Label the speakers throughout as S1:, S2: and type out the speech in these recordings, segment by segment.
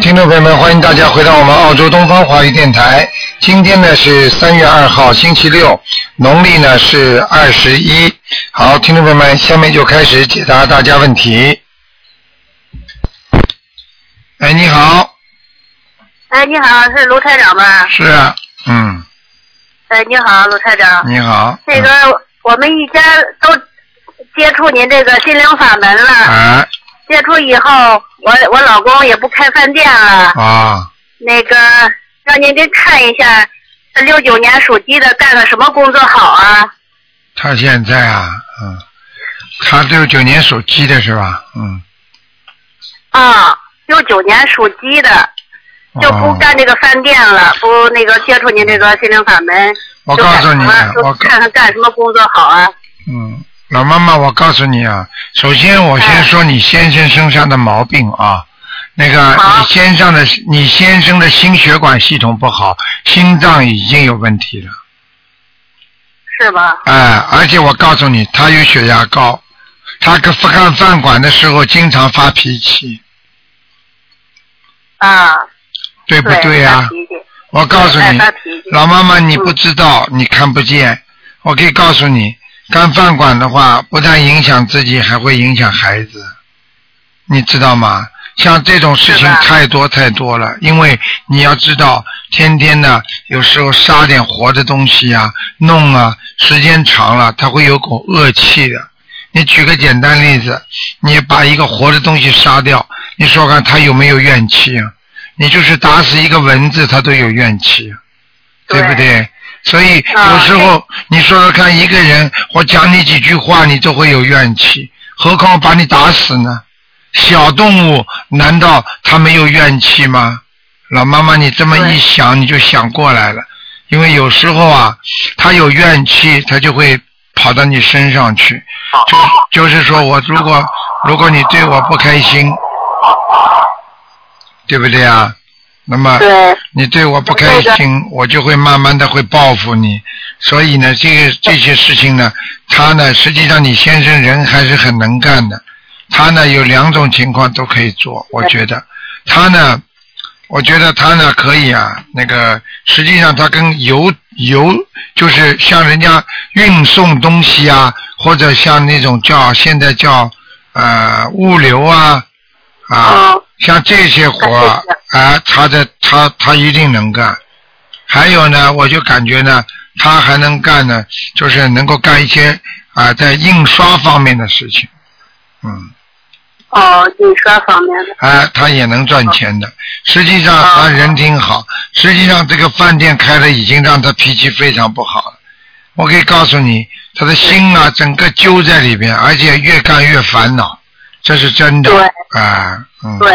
S1: 听众朋友们，欢迎大家回到我们澳洲东方华语电台。今天呢是三月二号，星期六，农历呢是二十一。好，听众朋友们，下面就开始解答大家问题。哎，你好，
S2: 哎，你好，是卢台长吧？
S1: 是，嗯，
S2: 哎，你好，卢台长。
S1: 你好，
S2: 那个，我们一家都接触您这个心灵法门了。
S1: 哎，
S2: 接触以后，我我老公也不开饭店了。
S1: 啊，
S2: 那个，让您给看一下，六九年属鸡的干了什么工作好啊？
S1: 他现在啊，嗯，他六九年属鸡的是吧？嗯，
S2: 啊，六九年属鸡的就不
S1: 哦
S2: 干这个饭店了，不那个接触您这个心灵法门。
S1: 我
S2: 就
S1: 告
S2: 干
S1: 诉
S2: 什
S1: 你
S2: 么
S1: 啊，
S2: 就
S1: 我告
S2: 看看干什么工作好啊？
S1: 嗯，老妈妈，我告诉你啊，首先我先说你先生身上的毛病啊，那个
S2: 好
S1: 你先生的你先生的心血管系统不好，心脏已经有问题了，
S2: 是吧？
S1: 哎，而且我告诉你，他有血压高，他跟干饭馆的时候经常发脾气，
S2: 啊，
S1: 对不对呀、
S2: 发脾气
S1: 我告诉
S2: 哎
S1: 你
S2: 发脾气，
S1: 老妈妈，你不知道，你看不见。我可以告诉你，干饭馆的话，不但影响自己，还会影响孩子，你知道吗？像这种事
S2: 是
S1: 情
S2: 吧
S1: 太多太多了，因为你要知道，天天呢，有时候杀点活的东西啊，弄啊，时间长了，它会有股恶气的。你举个简单例子，你把一个活的东西杀掉，你说看它有没有怨气啊？你就是打死一个蚊子，它都有怨气啊。对不对？所以
S2: 啊
S1: 有时候你说说看，一个人我讲你几句话，你都会有怨气，何况把你打死呢？小动物难道它没有怨气吗？老妈妈，你这么一
S2: 对
S1: 想，你就想过来了。因为有时候啊，它有怨气，它就会跑到你身上去。就就是说我如果如果你对我不开心，对不对啊？那么
S2: 对，
S1: 你对我不开心，我就会慢慢的会报复你。所以呢，这个这些事情呢，他呢，实际上你先生人还是很能干的。他呢有两种情况都可以做，我觉得他呢，我觉得他呢可以啊。那个实际上他跟邮邮就是像人家运送东西啊，或者像那种叫现在叫呃物流啊啊。
S2: 嗯，
S1: 像这些活啊
S2: 是的，
S1: 啊他的他他一定能干。还有呢，我就感觉呢，他还能干呢，就是能够干一些啊、在印刷方面的事情，嗯，
S2: 哦，印刷方面的，
S1: 啊，他也能赚钱的。实际上
S2: 哦
S1: 他人挺好，实际上这个饭店开的已经让他脾气非常不好了。我可以告诉你，他的心啊，整个揪在里边，而且越干越烦恼，这是真的。
S2: 对
S1: 啊，嗯，
S2: 对，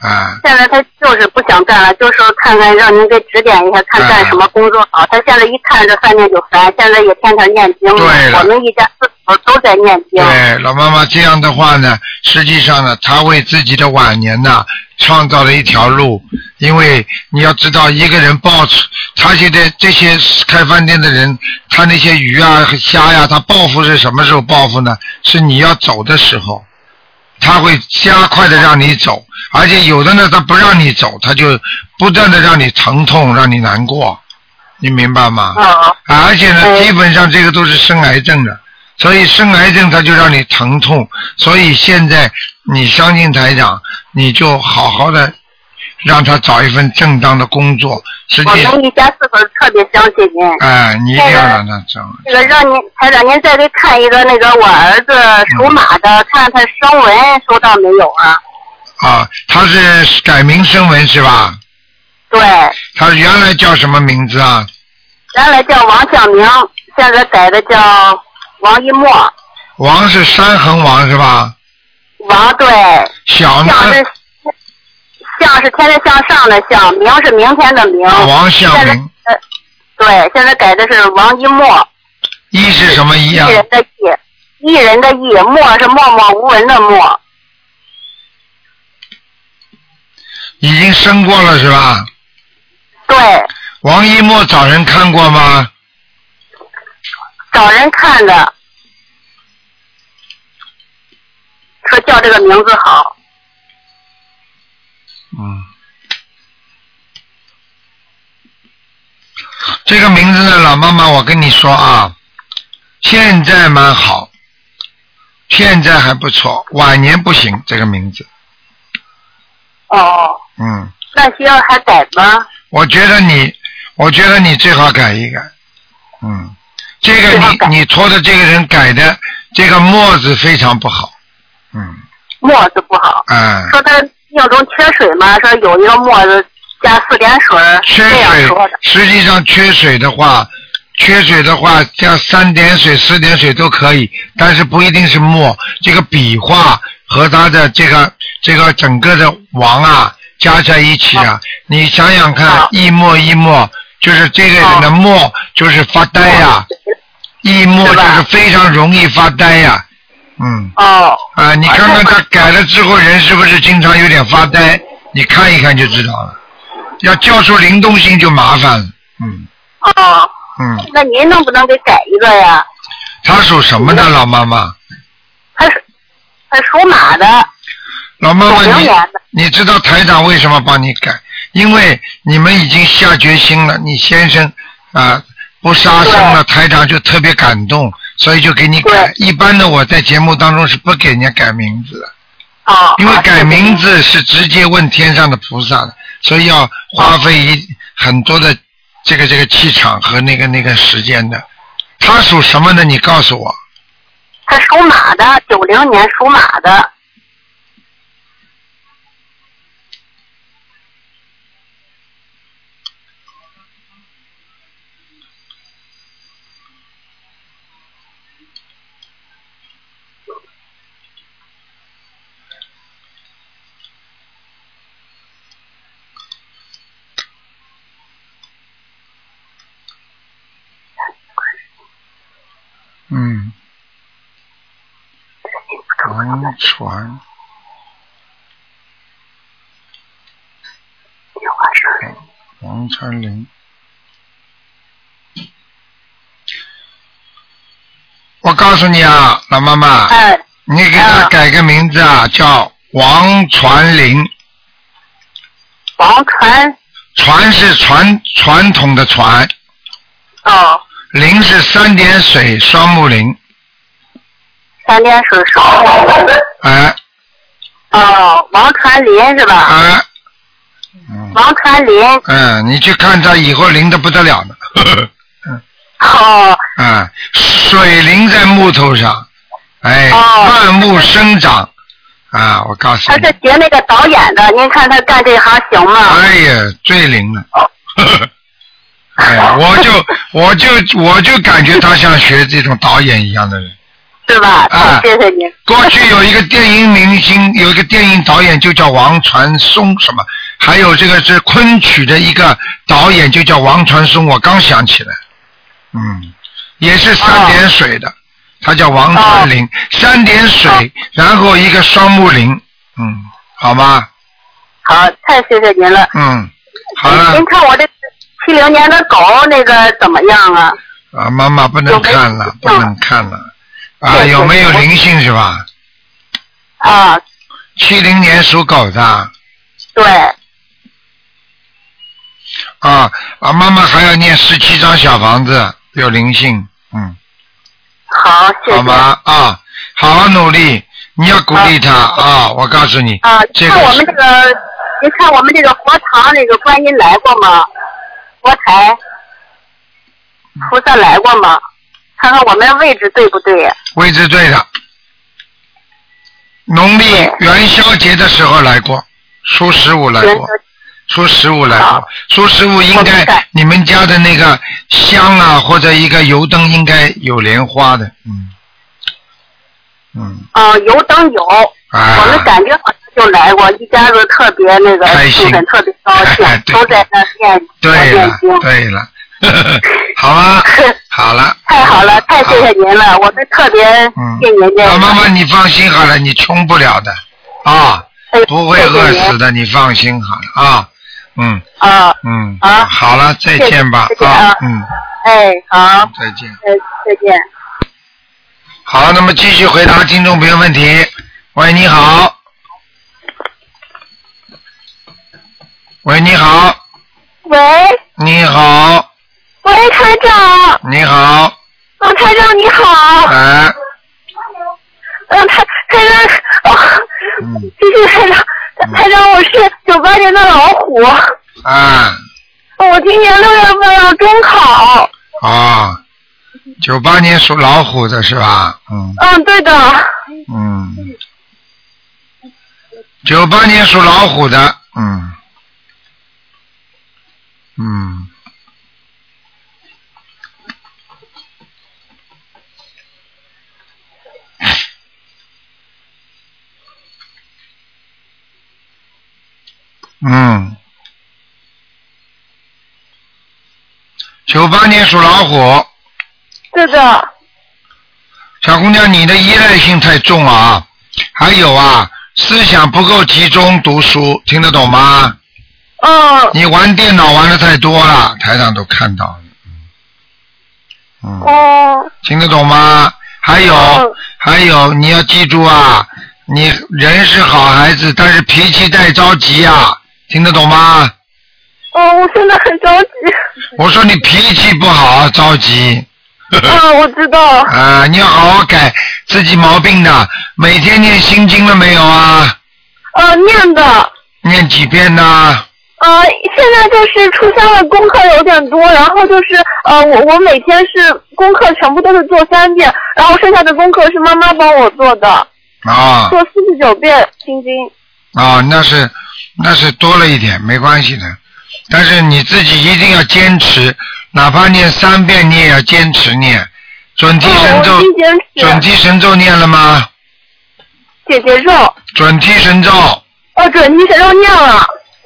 S1: 啊，
S2: 现在他就是不想干了，就是说看看让您给指点一下，看
S1: 嗯
S2: 干什么工作好。他现在一看这饭店就烦，现在也天天念经，
S1: 对了
S2: 我们一家四口都在念经，
S1: 对，老妈妈这样的话呢，实际上呢，她为自己的晚年呢创造了一条路。因为你要知道，一个人报仇，他现在这些开饭店的人，他那些鱼啊、虾呀、他报复是什么时候报复呢？是你要走的时候，他会加快的让你走，而且有的呢，他不让你走，他就不断的让你疼痛，让你难过，你明白吗？
S2: 哦，
S1: 啊而且呢，
S2: 嗯
S1: 基本上这个都是生癌症的，所以生癌症它就让你疼痛，所以现在你相信台长，你就好好的让他找一份正当的工作，实际
S2: 我们一家四口特别相信您。
S1: 哎、你一定要让他找，
S2: 这个让您台长，您再给看一个那个我儿子属马的，看看他声纹收到没有啊？
S1: 啊，他是改名声纹是吧？
S2: 对，
S1: 他原来叫什么名字啊？
S2: 原来叫王向明，现在改的叫王一墨。
S1: 王是三横王是吧？
S2: 王对，
S1: 小呢？
S2: 向是向是天天向上的向，明是明天的明。
S1: 啊王向
S2: 现在
S1: 明。
S2: 呃，对，现在改的是王一墨，
S1: 一是什么一啊
S2: 一？人的一，一人的一，墨是默默无闻的默。
S1: 已经生过了是吧？
S2: 对，
S1: 王一墨找人看过吗？
S2: 找人看的，说叫这个名字好。
S1: 嗯，这个名字呢，老妈妈，我跟你说啊，现在蛮好，现在还不错，晚年不行这个名字。
S2: 哦，
S1: 嗯，
S2: 那需要还改吗？
S1: 我觉得你，我觉得你最好改一改。嗯，这个
S2: 最好改
S1: 你你托的这个人改的这个墨字非常不好。嗯，
S2: 墨子不好，
S1: 啊、
S2: 说他命中缺水嘛，说有一个墨子加四点水儿，
S1: 缺
S2: 这样说
S1: 水
S2: 的。，
S1: 实际上缺水的话，缺水的话加三点水、四点水都可以，但是不一定是墨。这个笔画和它的这个这个整个的王啊加在一起啊，你想想看
S2: 好，
S1: 一墨一墨，就是这个人
S2: 啊
S1: 的墨就是发呆哎呀、一墨
S2: 是
S1: 就
S2: 吧
S1: 是非常容易发呆呀、嗯
S2: 哦，
S1: 啊，你看看他改了之后，人是不是经常有点发呆？你看一看就知道了。要叫出灵动性就麻烦了。嗯
S2: 哦，
S1: 嗯，
S2: 那您能不能给改一个呀？
S1: 他属什么的老妈妈？
S2: 他是他属马的，
S1: 老妈妈，
S2: 九零
S1: 你
S2: 年的
S1: 你知道台长为什么帮你改？因为你们已经下决心了，你先生啊、不杀生了，台长就特别感动，所以就给你改。一般的我在节目当中是不给人家改名字的。
S2: 哦，
S1: 因为改名
S2: 哦，
S1: 字是直接问天上的菩萨的，所以要花费一很多的这个这个气场和那个那个时间的。他属什么的？你告诉我。
S2: 他属马的，九零年属马的，
S1: 嗯。王嗯传，王传林。我告诉你啊，老妈妈。
S2: 哎，
S1: 你给他
S2: 啊
S1: 改个名字啊，叫王传林。
S2: 王传，
S1: 传是传传统的传，
S2: 哦，
S1: 林是三点水双木林。
S2: 三点水少。
S1: 哎
S2: 哦，王传林是吧？
S1: 哎，嗯
S2: 王传林，
S1: 嗯，你去看他以后灵的不得了呢。
S2: 哦，
S1: 啊、水灵在木头上，哎，
S2: 哦
S1: 万物生长。啊，我告诉
S2: 他
S1: 你
S2: 是，学那个导演的，您看他干这行行吗？
S1: 哎呀，最灵了。 哎呀，我就我就我就感觉他像学这种导演一样的人。
S2: 是吧？
S1: 哎
S2: 谢谢您。
S1: 过去有一个电影明星，有一个电影导演就叫王传松什么，还有这个是昆曲的一个导演就叫王传松，我刚想起来，嗯，也是三点水的，他叫王传林，三点水，然后一个双木林，嗯，好吗？
S2: 好，太谢谢您了。
S1: 嗯，好了
S2: 您，看我这七零年的狗那个怎么样啊？
S1: 啊，妈妈不能看了，不能看了，啊，有没有灵性是吧？
S2: 啊，
S1: 七零年属狗的。
S2: 对，
S1: 啊啊！妈妈还要念十七张小房子，有灵性，嗯，
S2: 好，谢谢。
S1: 好吗？啊，好好努力，你要鼓励他啊！我告诉你，
S2: 啊，
S1: 这
S2: 您
S1: 个
S2: 看我
S1: 是
S2: 们这个，您看我们这个佛堂那个观音来过吗？佛台，菩萨来过吗？看看我们位置对不对？
S1: 位置对的。农历元宵节的时候来过，初十五来
S2: 原
S1: 过，初十五来过
S2: 好，
S1: 初十五应
S2: 我
S1: 该
S2: 明白
S1: 你们家的那个香啊，或者一个油灯应该有莲花的，嗯，嗯，
S2: 啊，油灯有，
S1: 啊，
S2: 我们感觉好像就来过，一家子特别那个
S1: 开心哎
S2: 气氛特别高兴，
S1: 对
S2: 都在那念
S1: 对了
S2: 念，经。
S1: 对了， 好啊，好了，
S2: 太好了，太谢谢您了，我们特别谢谢您这
S1: 老
S2: 个。
S1: 嗯妈妈，你放心好了，你穷不了的啊，
S2: 哎
S1: 不会饿死。的，你放心好了啊，嗯
S2: 谢谢您啊，
S1: 嗯，
S2: 啊
S1: 好了，再见吧
S2: 谢谢
S1: 啊
S2: 啊，
S1: 嗯，
S2: 哎，好，
S1: 再见。
S2: 呃，再见。
S1: 好，那么继续回答听众朋友问题。喂，你好。喂，你好，
S2: 喂，
S1: 你好，
S2: 喂，台长，
S1: 你好，
S2: 嗯，台长你好，
S1: 哎，
S2: 嗯，台台长，哦，
S1: 嗯，
S2: 谢谢台长，台长，我是九八年的老虎，
S1: 啊，
S2: 我今年六月份要中考，
S1: 啊，九八年属老虎的是吧？嗯
S2: 嗯，对的，
S1: 嗯，九八年属老虎的，嗯，嗯，嗯，九八年属老虎，
S2: 对的，
S1: 小姑娘，你的依赖性太重了啊！还有啊，思想不够集中读书，听得懂吗？
S2: 嗯，
S1: 你玩电脑玩的太多了，台上都看到了。嗯，嗯
S2: 哦，
S1: 听得懂吗？还有
S2: 嗯，
S1: 还有，你要记住啊，你人是好孩子，但是脾气太着急啊，听得懂吗？
S2: 嗯，我现在很着急，
S1: 我说你脾气不好，着急。
S2: 嗯，我知道，
S1: 啊，你要好好改自己毛病的。每天念心经了没有啊？
S2: 嗯，念的。
S1: 念几遍呢？
S2: 呃，现在就是初三的功课有点多，然后就是呃，我我每天是功课全部都是做三遍，然后剩下的功课是妈妈帮我做的，
S1: 啊
S2: 做四十九遍心经。
S1: 啊，那是那是多了一点，没关系的。但是你自己一定要坚持，哪怕念三遍，你也要坚持念。准提神
S2: 哦，
S1: 咒
S2: 我，已经坚
S1: 准
S2: 持
S1: 提神咒念了吗？
S2: 姐姐咒，
S1: 准提神咒
S2: 呃，准提神咒念了，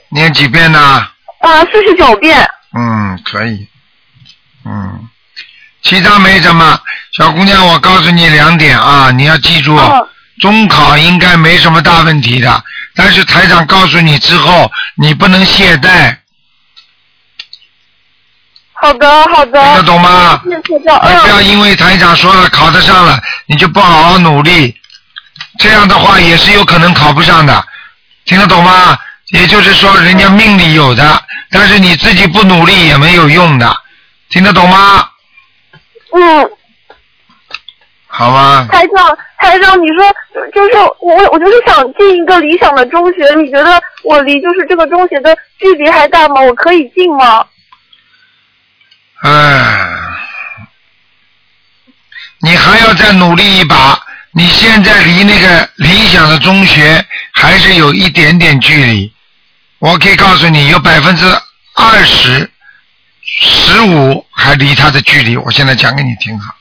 S1: 念几遍呢？
S2: 呃，四十九遍。
S1: 嗯，可以。嗯，其他没什么。小姑娘，我告诉你两点啊，你要记住。
S2: 嗯
S1: 中考应该没什么大问题的，但是台长告诉你之后，你不能懈怠，
S2: 好的，好的。
S1: 听得懂吗？
S2: 谢谢教，
S1: 你哎不要
S2: 嗯，
S1: 因为台长说了考得上了，你就不好好努力，这样的话也是有可能考不上的，听得懂吗？也就是说，人家命里有的，但是你自己不努力也没有用的，听得懂吗？
S2: 嗯。
S1: 好吗？
S2: 台长，台长，你说就是我，我就是想进一个理想的中学，你觉得我离就是这个中学的距离还大吗？我可以进吗？
S1: 唉，哎你还要再努力一把。你现在离那个理想的中学还是有一点点距离。我可以告诉你，有百分之二十、十五还离他的距离。我现在讲给你听哈，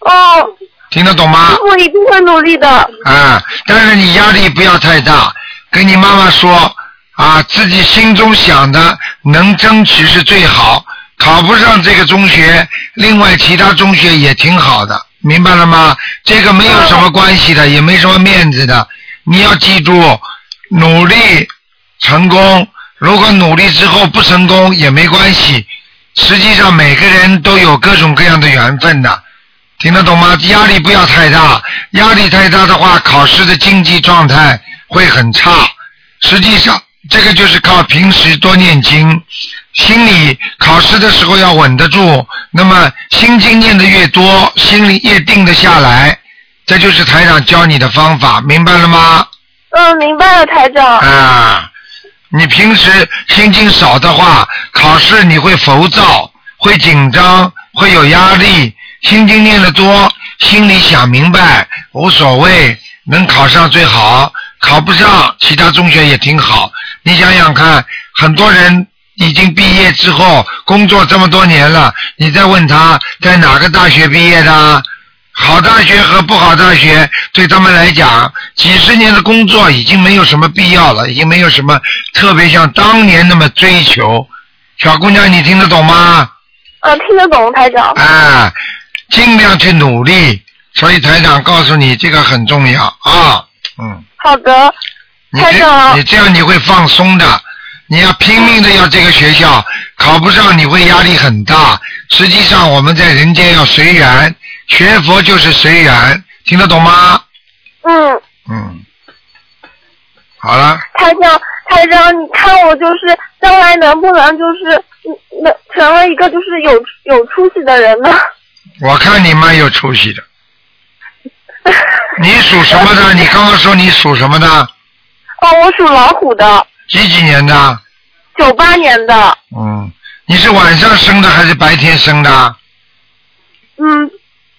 S2: 哦，
S1: 听得懂吗？
S2: 我一定会努力的。
S1: 啊，但是你压力不要太大，跟你妈妈说啊，自己心中想的能争取是最好，考不上这个中学，另外其他中学也挺好的，明白了吗？这个没有什么关系的，也没什么面子的，你要记住，努力成功，如果努力之后不成功也没关系，实际上每个人都有各种各样的缘分的。听得懂吗？压力不要太大，压力太大的话，考试的经济状态会很差。实际上，这个就是靠平时多念经，心里考试的时候要稳得住。那么心经念的越多，心里越定得下来。这就是台长教你的方法，明白了吗？
S2: 嗯，明白了，台长。
S1: 啊，你平时心经少的话，考试你会浮躁，会紧张，会有压力。心经念得多，心里想明白，无所谓，能考上最好，考不上其他中学也挺好。你想想看，很多人已经毕业之后，工作这么多年了，你再问他在哪个大学毕业的啊，好大学和不好大学对他们来讲，几十年的工作已经没有什么必要了，已经没有什么特别像当年那么追求。小姑娘，你听得懂吗？
S2: 嗯，听得懂，台长。
S1: 啊，尽量去努力。所以台长告诉你，这个很重要啊。嗯，
S2: 好的，
S1: 你
S2: 台
S1: 这
S2: 长
S1: 你这样你会放松的。你要拼命的要这个学校，考不上你会压力很大。实际上我们在人间要随缘，学佛就是随缘，听得懂吗？
S2: 嗯，
S1: 嗯，好了，
S2: 台长，台长，你看我就是将来能不能就是那成了一个就是有有出息的人呢？
S1: 我看你蛮有出息的。你属什么的？你刚刚说你属什么的？
S2: 哦，我属老虎的，
S1: 几几年的？
S2: 九八年的，
S1: 嗯，你是晚上生的还是白天生的？
S2: 嗯，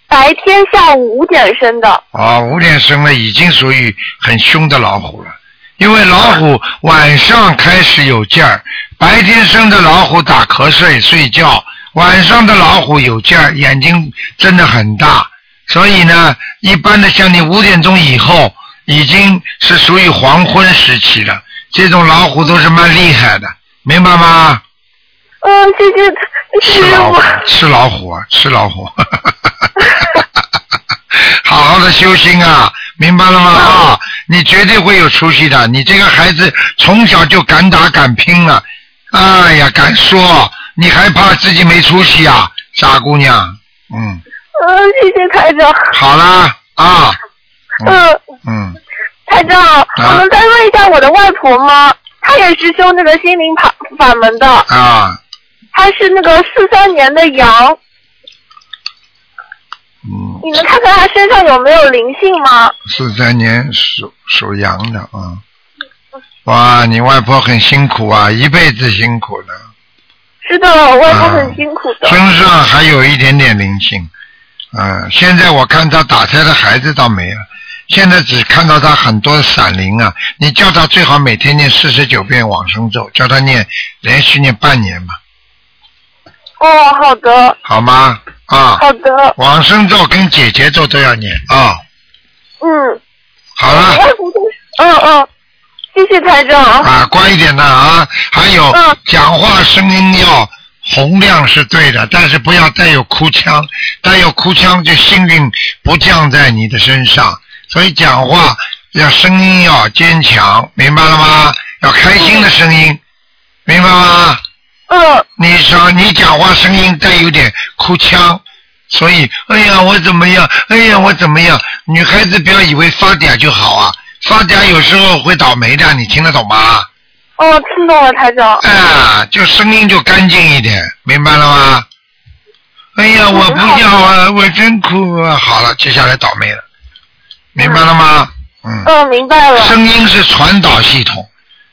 S2: 白天下午五点生的。
S1: 啊，五点生了，已经属于很凶的老虎了。因为老虎晚上开始有劲儿，白天生的老虎打瞌睡睡觉，晚上的老虎有劲儿，眼睛睁得很大。所以呢，一般的像你五点钟以后，已经是属于黄昏时期了。这种老虎都是蛮厉害的，明白吗？
S2: 嗯，谢谢，谢
S1: 吃
S2: 谢
S1: 老
S2: 我
S1: 虎。，吃老虎啊，吃老虎。 好好的修心啊，明白了吗？啊，你绝对会有出息的。你这个孩子从小就敢打敢拼了，哎呀，敢说，你还怕自己没出息啊，傻姑娘。嗯，
S2: 嗯，谢谢台长。
S1: 好啦，啊，嗯啊
S2: 嗯，
S1: 嗯，
S2: 台长，我能再问一下我的外婆吗？她也是修那个心灵法法门的，
S1: 啊，
S2: 她是那个四三年的羊，
S1: 嗯，
S2: 你能看看她身上有没有灵性吗？
S1: 四三年属属羊的啊。哇，你外婆很辛苦啊，一辈子辛苦了。
S2: 是的，我外婆很辛苦的。
S1: 身上还有一点点灵性，嗯，现在我看他打胎的孩子倒没了，现在只看到他很多闪灵啊。你叫他最好每天念四十九遍往生咒，叫他念连续念半年吧，
S2: 哦，好的，
S1: 好吗？啊，
S2: 好的，
S1: 往生咒跟解结咒都要念啊。
S2: 嗯，
S1: 好
S2: 我
S1: 了
S2: 外婆都是，嗯嗯，谢谢台长。
S1: 啊，乖一点的啊。还有
S2: 嗯，
S1: 讲话声音要洪亮是对的，但是不要带有哭腔，带有哭腔就幸运不降在你的身上。所以讲话要声音要坚强，明白了吗？要开心的声音，明白吗？
S2: 嗯
S1: 你说你讲话声音带有点哭腔，所以哎呀我怎么样，哎呀我怎么样，女孩子不要以为发嗲就好啊，发嗲有时候会倒霉的，你听得懂吗？
S2: 哦，听懂了，台长。
S1: 啊，就声音就干净一点，明白了吗？哎呀，我不要啊，我真苦啊！好了，接下来倒霉了，明白了吗？嗯。
S2: 嗯，明白了。
S1: 声音是传导系统，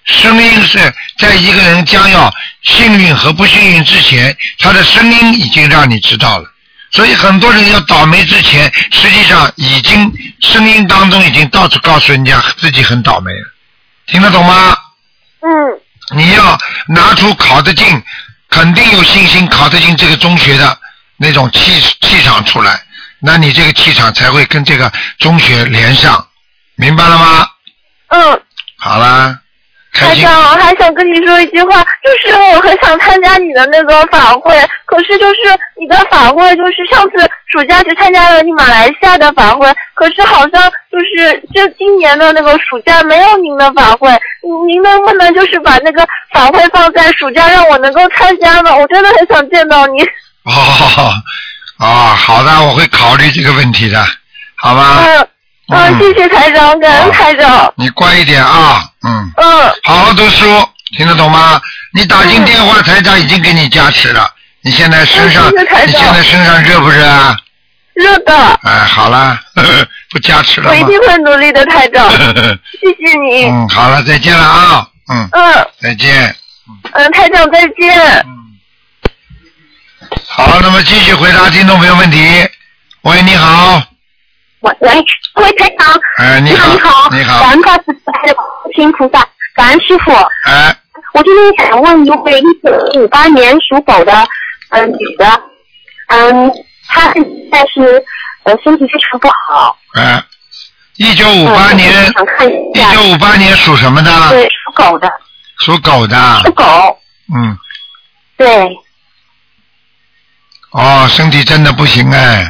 S1: 声音是在一个人将要幸运和不幸运之前，他的声音已经让你知道了。所以很多人要倒霉之前，实际上已经声音当中已经到处告诉人家自己很倒霉了，听得懂吗？
S2: 嗯
S1: 你要拿出考得进，肯定有信心考得进这个中学的那种气气场出来，那你这个气场才会跟这个中学连上，明白了吗？
S2: 嗯。
S1: 好啦，开
S2: 台
S1: 心
S2: 长，我还想跟你说一句话，就是我很想参加你的那个法会，可是就是你的法会，就是上次暑假只参加了你马来西亚的法会，可是好像就是这今年的那个暑假没有您的法会，嗯您您能不能就是把那个法会放在暑假，让我能够参加呢？我真的很想见到你。
S1: 哦哦，好的，我会考虑这个问题的，好吧？
S2: 嗯嗯，谢谢台长，感恩台长。
S1: 你乖一点啊，嗯，
S2: 嗯
S1: 好好读书，听得懂吗？你打进电话，台长已经给你加持了。你现在身上，
S2: 嗯谢谢台长
S1: 你现在身上热不热啊？
S2: 热的，
S1: 哎，好啦， 呵呵不加持了
S2: 我一
S1: 吗？
S2: 定会努力的，台长。谢谢你。
S1: 嗯，好了，再见了啊，嗯，
S2: 嗯
S1: 再见。
S2: 嗯，台长再见。
S1: 嗯好，那么继续回答听众朋友问题。喂，你好，
S3: 喂喂喂，台长，
S1: 哎，你
S3: 你
S1: 好
S3: 你好，，
S1: 你
S3: 感
S1: 好，
S3: 恩大慈大悲观世音菩萨，感恩师傅。
S1: 哎，
S3: 我今天想问一位一九五八年属狗的，嗯、女的，嗯，她现在是呃身体非常不好，
S1: 哎，一九五
S3: 嗯
S1: 八
S3: 我
S1: 年，
S3: 想看一
S1: 一
S3: 下，
S1: 九五八年属什么的？
S3: 对，属狗的，
S1: 属狗
S3: 属
S1: 的。
S3: 狗，
S1: 嗯，
S3: 对，
S1: 哦，身体真的不行哎。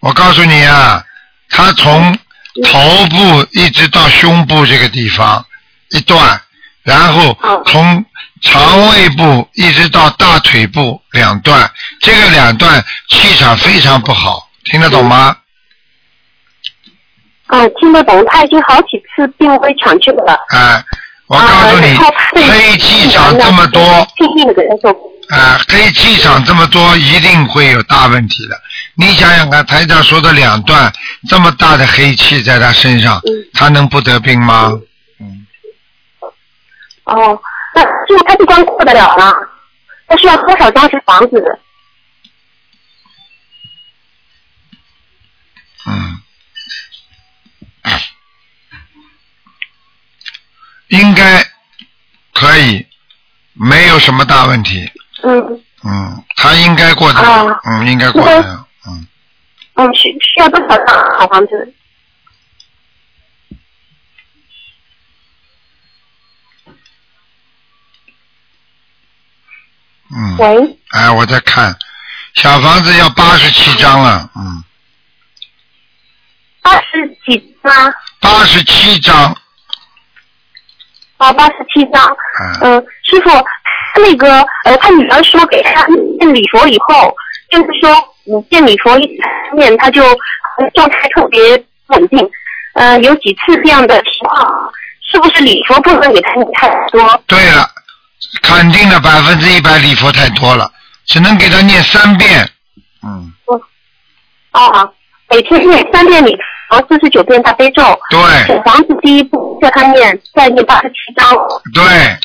S1: 我告诉你啊，他
S3: 嗯
S1: 从头部一直到胸部这个地方一段，然后
S3: 嗯
S1: 从肠胃部一直到大腿部两段，这个两段气场非常不好，听得懂吗？
S3: 嗯，听得懂，她已经好几次病危抢救了，嗯
S1: 哎，我告诉你
S4: 啊然后，对
S1: 黑气场这么多，
S4: 拼命的给他做功
S1: 啊，黑气场这么多，一定会有大问题的。你想想看，台长说的两段，这么大的黑气在他身上，他能不得病吗？
S4: 课哦，那这个他不光过得了啊，他需要多少张纸房子？
S1: 嗯，应该可以，没有什么大问题。
S4: 嗯
S1: 嗯，他应该过得了
S4: 啊，
S1: 嗯，应该过得了，嗯，
S4: 嗯，需需要多少张好房子？
S1: 嗯。
S4: 喂，
S1: 哎，我在看，小房子要八十七张了，嗯，
S4: 八十几张啊？
S1: 八十七张，
S4: 啊，八十七张。
S1: 嗯，
S4: 嗯，师傅，他那个呃，他女儿说给他念礼佛以后，就是说你念礼佛一念，他就呃状态特别不稳定。呃，有几次这样的情况，是不是礼佛不能给他念太多？
S1: 对了，肯定的百分之一百礼佛太多了，只能给他念三遍，嗯，
S4: 啊，每天念三遍礼佛，四十九遍大悲咒。
S1: 对
S4: 小房子第一步叫他念，再念八十七章。
S1: 对，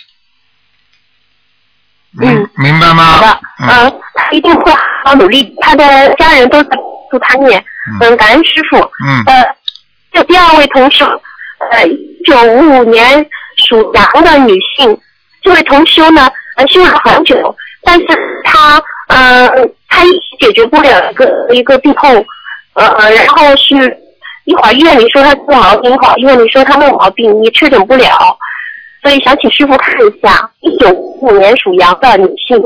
S1: 明
S4: 嗯
S1: 明白吗
S4: 好的？，
S1: 嗯，
S4: 嗯，他一定会好好努力，他的家人都在助他念。
S1: 嗯
S4: 嗯，感恩师傅。
S1: 嗯，
S4: 呃，这第二位同修，呃，九五五年属羊的女性，这位同修呢，呃，修了很久，但是她呃，她一直解决不了一个一个病痛，呃，然后是一会儿医院里说她有毛病，一会儿医院里说她没有毛病，也确诊不了，所以想请师傅看一下，一九五五年属羊的女性，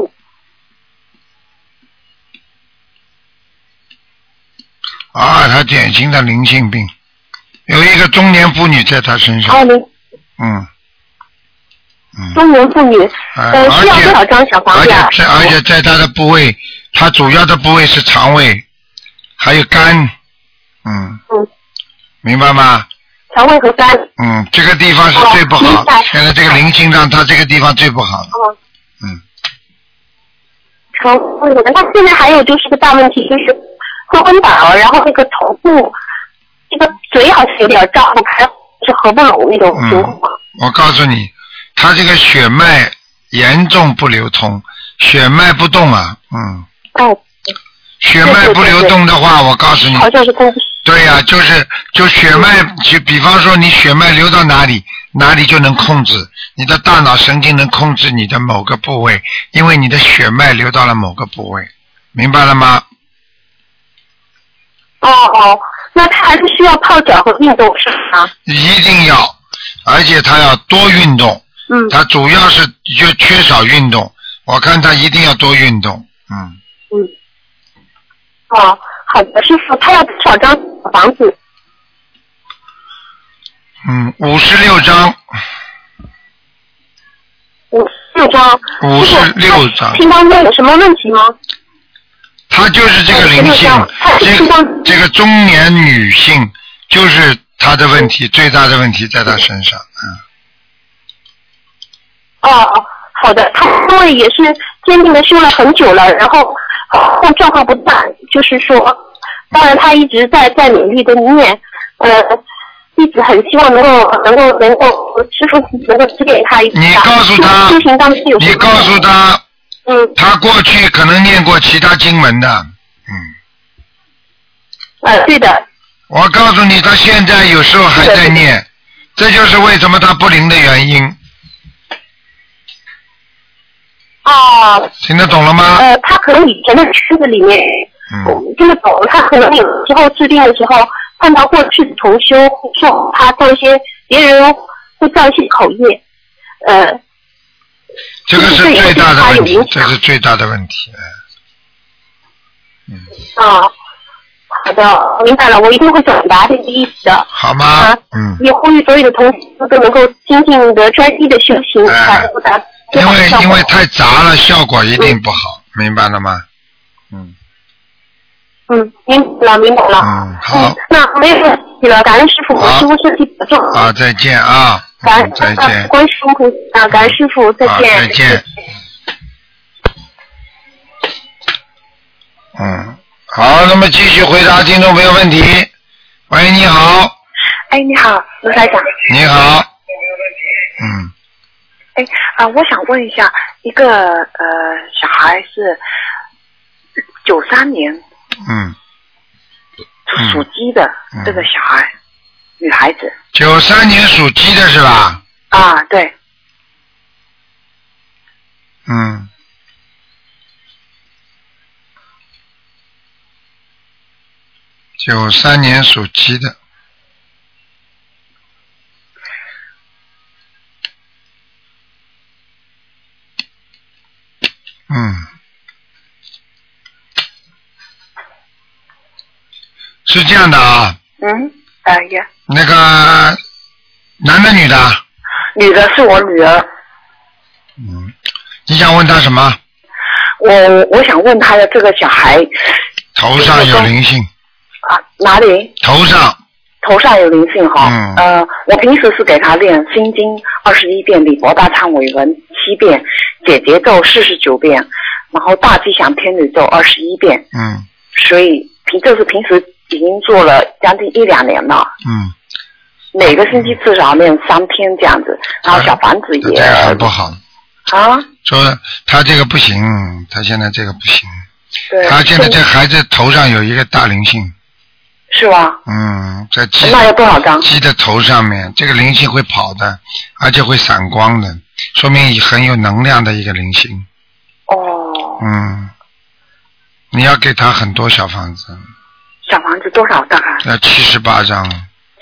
S1: 啊，他典型的灵性病，有一个中年妇女在他身上，
S4: 二零
S1: 嗯，嗯。
S4: 中年妇女，
S1: 呃
S4: 呃，需要
S1: 而且
S4: 多少张小房
S1: 而
S4: 子啊？
S1: 且在而且在他的部位，他主要的部位是肠胃，还有肝，嗯，
S4: 嗯
S1: 明白吗？
S4: 肠胃和肝。
S1: 嗯，这个地方是最不
S4: 哦
S1: 好
S4: 明，白
S1: 现在这个灵性让他这个地方最不好，
S4: 哦，
S1: 嗯，
S4: 成问题。那现在还有就是个大问题，就是喝温饱，然后那个头部，这个嘴好像有点胀，不开，是合不拢那种
S1: 嗯
S4: 情况。
S1: 我告诉你，他这个血脉严重不流通，血脉不动啊，嗯，
S4: 哎，
S1: 血脉不流动的话，我告诉你，
S4: 好像是空。
S1: 对呀、就是就血脉，就比方说你血脉流到哪里，哪里就能控制你的大脑神经能控制你的某个部位，因为你的血脉流到了某个部位，明白了吗？
S4: 哦哦，那他还是需要泡脚和运动是吗？
S1: 一定要，而且他要多运动，
S4: 嗯，
S1: 他主要是就缺少运动，我看他一定要多运动，嗯，
S4: 哦，好的，师傅，他要多少张房子？
S1: 嗯，五十六张，
S4: 五十六张。师傅
S1: 56张
S4: 他平常间有什么问题吗？
S1: 他就是这个灵性
S4: 哦56张，
S1: 这
S4: 56
S1: 个
S4: 张
S1: 这个中年女性就是他的问题，最大的问题在他身上，嗯。
S4: 哦哦，好的，他因为也是坚定的修了很久了，然后但状况不大，就是说，当然他一直在在努力的念，呃，一直很希望能够能够能够师傅能够指点他一下。
S1: 你告诉他
S4: 修行当中有什么
S1: 你告诉，他，
S4: 嗯
S1: 他过去可能念过其他经文的，嗯，
S4: 呃，对的，
S1: 我告诉你，他现在有时候还在念，这就是为什么他不灵的原因，
S4: 哦，
S1: 听得懂了吗？
S4: 呃，他可能以前的圈子里面，
S1: 嗯，
S4: 听得懂，他可能有时候治病的时候看到过去的同修说他做一些别人哦会造一些口业，呃。
S1: 这个是
S4: 对
S1: 最大的问题
S4: 对他有影响，
S1: 这是最大的问题，哎
S4: 啊，好的，我明白了，我一定会转达这个意思的。
S1: 好吗
S4: 啊？
S1: 嗯，
S4: 也呼吁所有的同学都能够精进的、专一的修行，
S1: 哎
S4: 才能够达最
S1: 因
S4: 好的
S1: 为
S4: 效果
S1: 因为太杂了，效果一定不好，明白了吗？嗯
S4: 嗯，明白了，明白了。
S1: 嗯，好
S4: 嗯，那没有问题了，感恩师傅，
S1: 好
S4: 师傅身体保重。
S1: 啊，再见啊，
S3: 感
S1: 嗯再见
S3: 观世音菩
S4: 啊
S3: 萨，感恩师傅，再
S1: 好，
S3: 见。
S1: 再见。嗯，好，那么继续回答听众朋友问题。喂，你好，
S4: 哎，你好，卢台长。
S1: 你好。嗯，
S4: 哎啊、我想问一下，一个呃小孩是九三年
S1: 嗯，嗯
S4: 属鸡的、
S1: 嗯
S4: 这个小孩，女孩子
S1: 九三年属鸡的是吧？
S4: 啊，对，
S1: 嗯。九三年属鸡的，嗯，是这样的啊，
S4: 嗯，哎呀，
S1: 那个男的女的啊，
S4: 女的是我女儿，
S1: 嗯，你想问他什么？
S4: 我我想问她的这个小孩
S1: 头上有灵性，
S4: 啊哪里
S1: 头上
S4: 头上有灵性哈、
S1: 嗯
S4: 呃，我平时是给她练心经二十一遍，礼佛大忏悔文七遍，解结咒四十九遍，然后大吉祥天女咒二十一遍。
S1: 嗯
S4: 所以平就是平时已经做了将近一两年了，
S1: 嗯，
S4: 每个星期至少念三天这样子，然后小房子
S1: 这
S4: 也
S1: 这个很不好。
S4: 啊，
S1: 说他这个不行，他现在这个不行，
S4: 对，
S1: 他啊现在这孩子头上有一个大灵性，
S4: 是吧？
S1: 嗯，在鸡
S4: 那要多少张？
S1: 鸡的头上面，这个灵性会跑的，而且会散光的，说明很有能量的一个灵性，
S4: 哦，
S1: 嗯，你要给他很多小房子，
S4: 小房子多少大概？
S1: 要七十八张，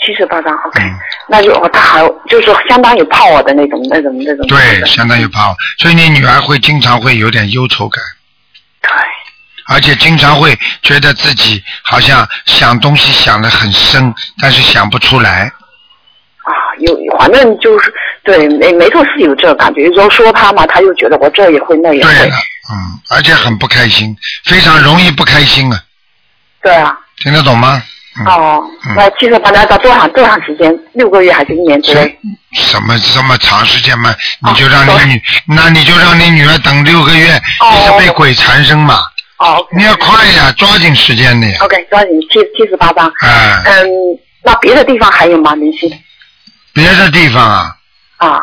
S4: 七十八张，OK，、
S1: 嗯，
S4: 那就哦，他还就是说相当于泡我的那种那种那种。那
S1: 对，
S4: 种
S1: 相当于跑，所以你女儿会经常会有点忧愁感。
S4: 对，
S1: 而且经常会觉得自己好像想东西想得很深，但是想不出来。
S4: 啊，有反正就是对，没没错是有这感觉，有时候说他嘛，他又觉得我这也会那也
S1: 对
S4: 会
S1: 了，，嗯，而且很不开心，非常容易不开心啊，
S4: 对啊，
S1: 听得懂吗？嗯、
S4: 哦
S1: 嗯，
S4: 那七十八张到多长多长时间？六个月还是一年之内？
S1: 什么这么长时间嘛？你
S4: 哦
S1: 就让你
S4: 懂
S1: 女，那你就让你女儿等六个月，
S4: 哦
S1: 你是被鬼缠身嘛？
S4: 哦
S1: 你要快呀，抓紧时间的呀，
S4: ，OK，抓紧七七十八张。
S1: 哎、
S4: 嗯，那别的地方还有吗？明星
S1: 别的地方啊，
S4: 啊，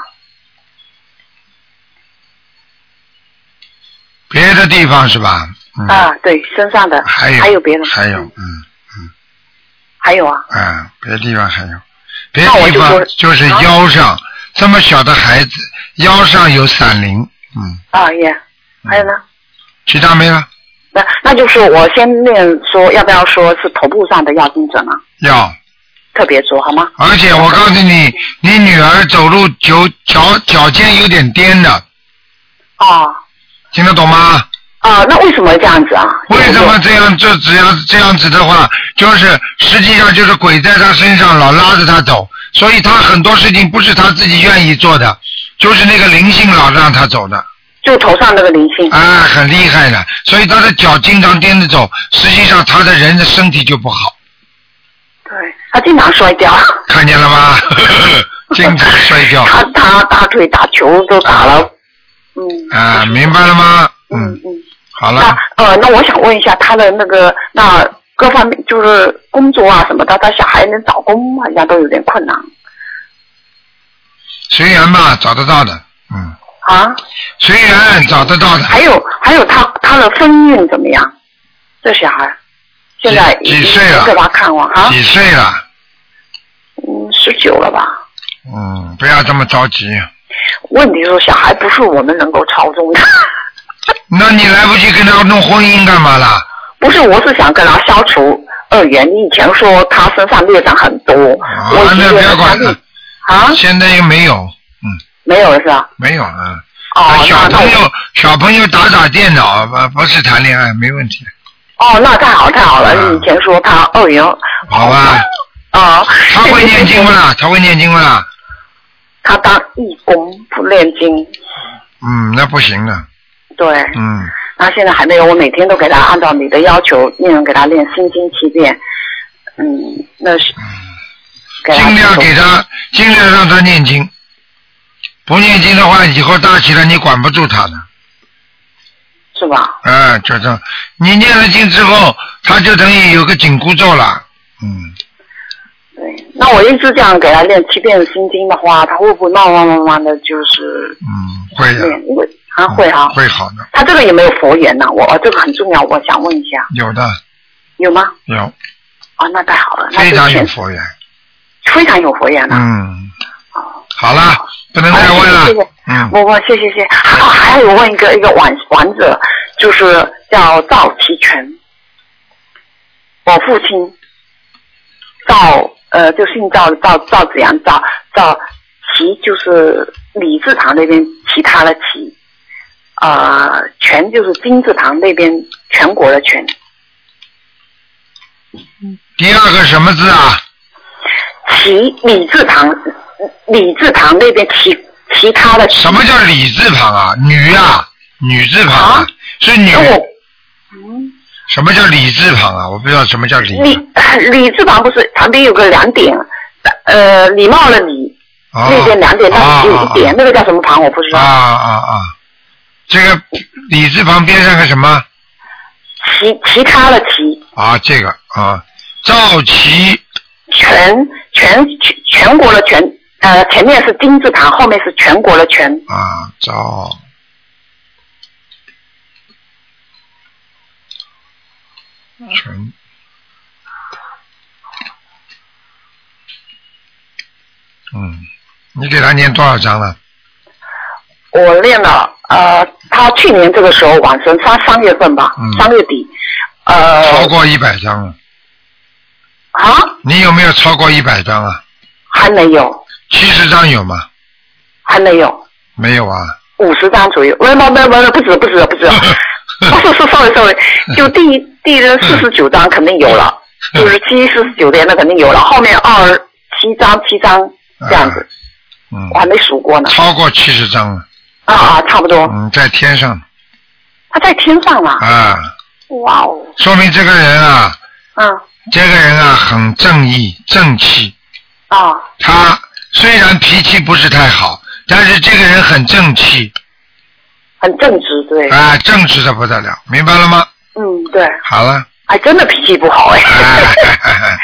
S1: 别的地方是吧？嗯，
S4: 啊，对，身上的
S1: 还有
S4: 有别的吗
S1: 还有，
S4: 嗯
S1: 嗯。
S4: 还有啊，
S1: 啊，别的地方还有，别
S4: 那
S1: 的
S4: 我
S1: 地
S4: 就
S1: 方
S4: 说
S1: 就是
S4: 啊
S1: 腰上，这么小的孩子腰上有闪灵，嗯，
S4: 啊也还有呢？
S1: 其他没了。
S4: 那那就是我先念说，要不要说是头部上的要精准啊？
S1: 要，
S4: 特别说好吗？
S1: 而且我告诉你，你女儿走路脚脚脚尖有点颠的，
S4: 啊
S1: 听得懂吗？
S4: 啊，那为什么这样子啊？
S1: 为什么
S4: 就是
S1: 这样？这只要这样子的话，就是实际上就是鬼在她身上老拉着她走，所以她很多事情不是她自己愿意做的，就是那个灵性老让她走的。
S4: 就头上那个灵 性？
S1: 啊，很厉害的，所以他的脚经常颠着走，实际上他的人的身体就不好，
S4: 对，他经常摔跤。
S1: 看见了吗？ 经常摔跤
S4: 他他大腿打球都打了，嗯
S1: 啊，明白了吗？哦嗯，
S4: 嗯。
S1: 好
S4: 那
S1: 了，
S4: 呃，那我想问一下他的那个那各方面就是工作啊什么的，他小孩能找工好像都有点困难
S1: 随缘吧，找得到的，嗯，
S4: 啊。
S1: 随缘找得到的。
S4: 还有还有他他的婚姻怎么样？这小孩现在
S1: 几几岁了
S4: 给他看望啊，
S1: 几岁了？
S4: 嗯，十九了吧？
S1: 嗯，不要这么着急，
S4: 问题是小孩不是我们能够操纵的，
S1: 那你来不及跟他弄婚姻干嘛啦？
S4: 不是，我是想跟他消除二元。你以前说他身上孽障很多，
S1: 啊
S4: 我，已
S1: 那
S4: 经
S1: 不
S4: 觉
S1: 要
S4: 得
S1: 管
S4: 相
S1: 了
S4: 信，啊，
S1: 现在又没有，嗯，
S4: 没有了是吧？
S1: 没有了。
S4: 哦，
S1: 小
S4: 那那
S1: 朋
S4: 我
S1: 友，小朋友打打电脑，不不是谈恋爱，没问题的，
S4: 哦，那太好太好了。
S1: 嗯
S4: 你以前说他二元
S1: 好吧？
S4: 啊，
S1: 他会念经不啦？他会念经不啦？
S4: 他当义工不念经，
S1: 嗯，那不行的。
S4: 对，
S1: 嗯，
S4: 他现在还没有。我每天都给他按照你的要求，念给他练心经七遍，嗯，那是给他
S1: 尽量给他，尽量让他念经。不念经的话，以后大起来你管不住他的。
S4: 是吧？
S1: 啊，就这样，你念了经之后，他就等于有个紧箍咒了。嗯，
S4: 对。那我一直这样给他练七遍心经的话，他会不会慢慢慢慢的就是
S1: 嗯，会的，
S4: 练？因为还会哈、
S1: 嗯会好的，
S4: 他这个有没有佛缘呢？我哦这个很重要，我想问一下，
S1: 有的，
S4: 有吗？
S1: 有，
S4: 哦，那太好了，那
S1: 非
S4: 就
S1: 常有
S4: 全
S1: 佛缘。
S4: 非常有佛缘呢。
S1: 嗯，好啦，不能再问
S4: 好谢谢谢
S1: 了
S4: 谢。
S1: 嗯，
S4: 我我谢谢谢，还有还有问一个一个王王者，就是叫赵其全，我父亲赵呃就姓赵赵赵子阳赵赵其就是李字旁那边其他的其，呃全就是金字旁那边全国的全，
S1: 第二个什么字啊？
S4: 其李字旁李字旁那边其其他的其
S1: 什么叫李字旁啊？女啊，女字旁啊
S4: 啊，
S1: 是女
S4: 那。我
S1: 什么叫李字旁啊？我不知道什么叫李。
S4: 李李 字旁不是旁边有个两点，呃，礼貌的礼，
S1: 哦
S4: 那边两点，但是有一点，那个叫什么旁我不知
S1: 啊啊啊
S4: 道。
S1: 啊啊！这个李字旁边上个什么
S4: 其其他的其，
S1: 啊？这个啊，赵齐
S4: 全全全全国的全，呃，前面是金字旁，后面是全国的全，
S1: 啊，赵全嗯，你给他念多少章了？
S4: 我练了，呃，他去年这个时候往生三三月份吧
S1: 嗯，
S4: 三月底，
S1: 超
S4: 呃，
S1: 过一百章了。
S4: 啊，
S1: 你有没有超过一百章啊？
S4: 还没有，
S1: 七十章有吗？
S4: 还没有。
S1: 没有啊。
S4: 五十张左右，不不不不不止不 止不止，不是是稍微稍微，就第一第一轮四十九张肯定有了，
S1: 嗯
S4: 就是七四十九天那肯定有了，后面二七张七张这样子，
S1: 嗯
S4: 我，还没数过呢。
S1: 超过七十章了。
S4: 啊啊，差不多，
S1: 嗯，在天上
S4: 他在天上了，
S1: 啊，
S4: 哇哦，
S1: 说明这个人啊，
S4: 嗯
S1: 这个人啊很正义正气。
S4: 啊
S1: 他虽然脾气不是太好，但是这个人很正气
S4: 很正直，对，
S1: 啊，正直的不得了，明白了吗？
S4: 嗯对，
S1: 好了，
S4: 哎真的脾气不好哎。
S1: 哎，哎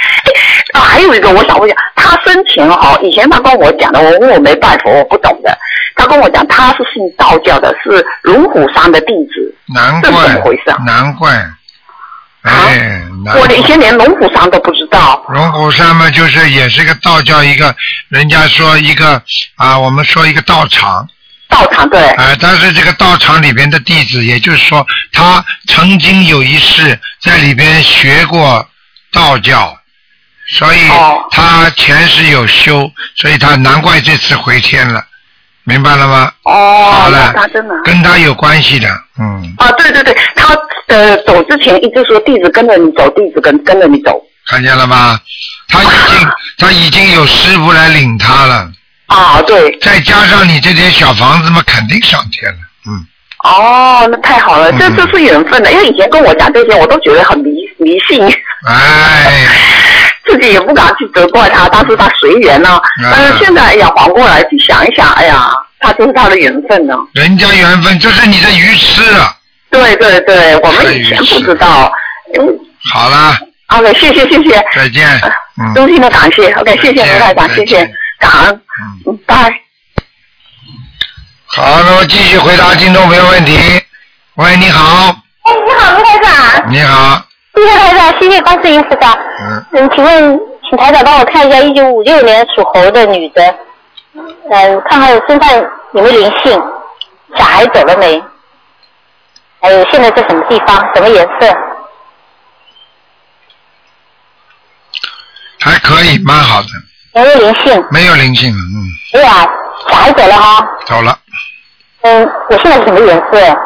S4: 啊，还有一个我想问一下，他生前哈、以前他跟我讲的，我问我没拜佛，我不懂的。他跟我讲，他是信道教的，是龙虎山的弟子。
S1: 难
S4: 这是
S1: 怪
S4: 怎么回事啊，
S1: 难怪，哎，难
S4: 我
S1: 怪
S4: 以。前连龙虎山都不知道。
S1: 龙虎山嘛，就是也是个道教一个，人家说一个啊，我们说一个道场，
S4: 道场对，
S1: 啊，但是这个道场里边的弟子，也就是说，他曾经有一世在里边学过道教，所以
S4: 哦
S1: 他前世有修，所以他难怪这次回天了，明白了吗？
S4: 哦
S1: 好，了
S4: 那他真的。
S1: 跟他有关系的，嗯，
S4: 啊，对对对，他呃走之前一直说弟子跟着你走，弟子跟跟着你走
S1: 看见了吧？他已经他已经有师傅来领他了，
S4: 啊，对，
S1: 再加上你这间小房子嘛，肯定上天了，嗯，
S4: 哦，那太好了，这
S1: 嗯
S4: 这是缘分的，因为以前跟我讲这些，我都觉得很迷迷信，
S1: 哎，
S4: 自己也不敢去责怪他，但是他随缘呢、
S1: 啊
S4: 但是现在，哎呀，反过来去想一想，哎呀，他就是他的缘分呢、
S1: 人家缘分，这是你的愚痴啊！
S4: 对对对，我们以前不知道。嗯，
S1: 好啦，
S4: 好的，谢谢谢谢，
S1: 再见，嗯。
S4: 衷心的感谢。OK，谢谢
S1: 再见
S4: 卢台长，
S1: 再
S4: 谢谢
S1: 见，
S4: 感恩。
S1: 嗯
S4: 嗯，拜。
S1: 好，那么继续回答听众朋友问题。喂，你好，
S5: 哎，你好，卢台长，
S1: 你好，
S5: 谢谢台长，谢谢观世音菩萨。
S1: 嗯，
S5: 嗯，请问，请台长帮我看一下，一九五六年属猴的女的，嗯，看看身上有没有灵性，小孩走了没？还有现在在什么地方，什么颜色？
S1: 还可以，蛮好的，
S5: 有没有灵性？
S1: 没有灵性了，嗯，
S5: 没有啊，小孩走了哈。
S1: 走了，
S5: 嗯，我现在是什么颜色？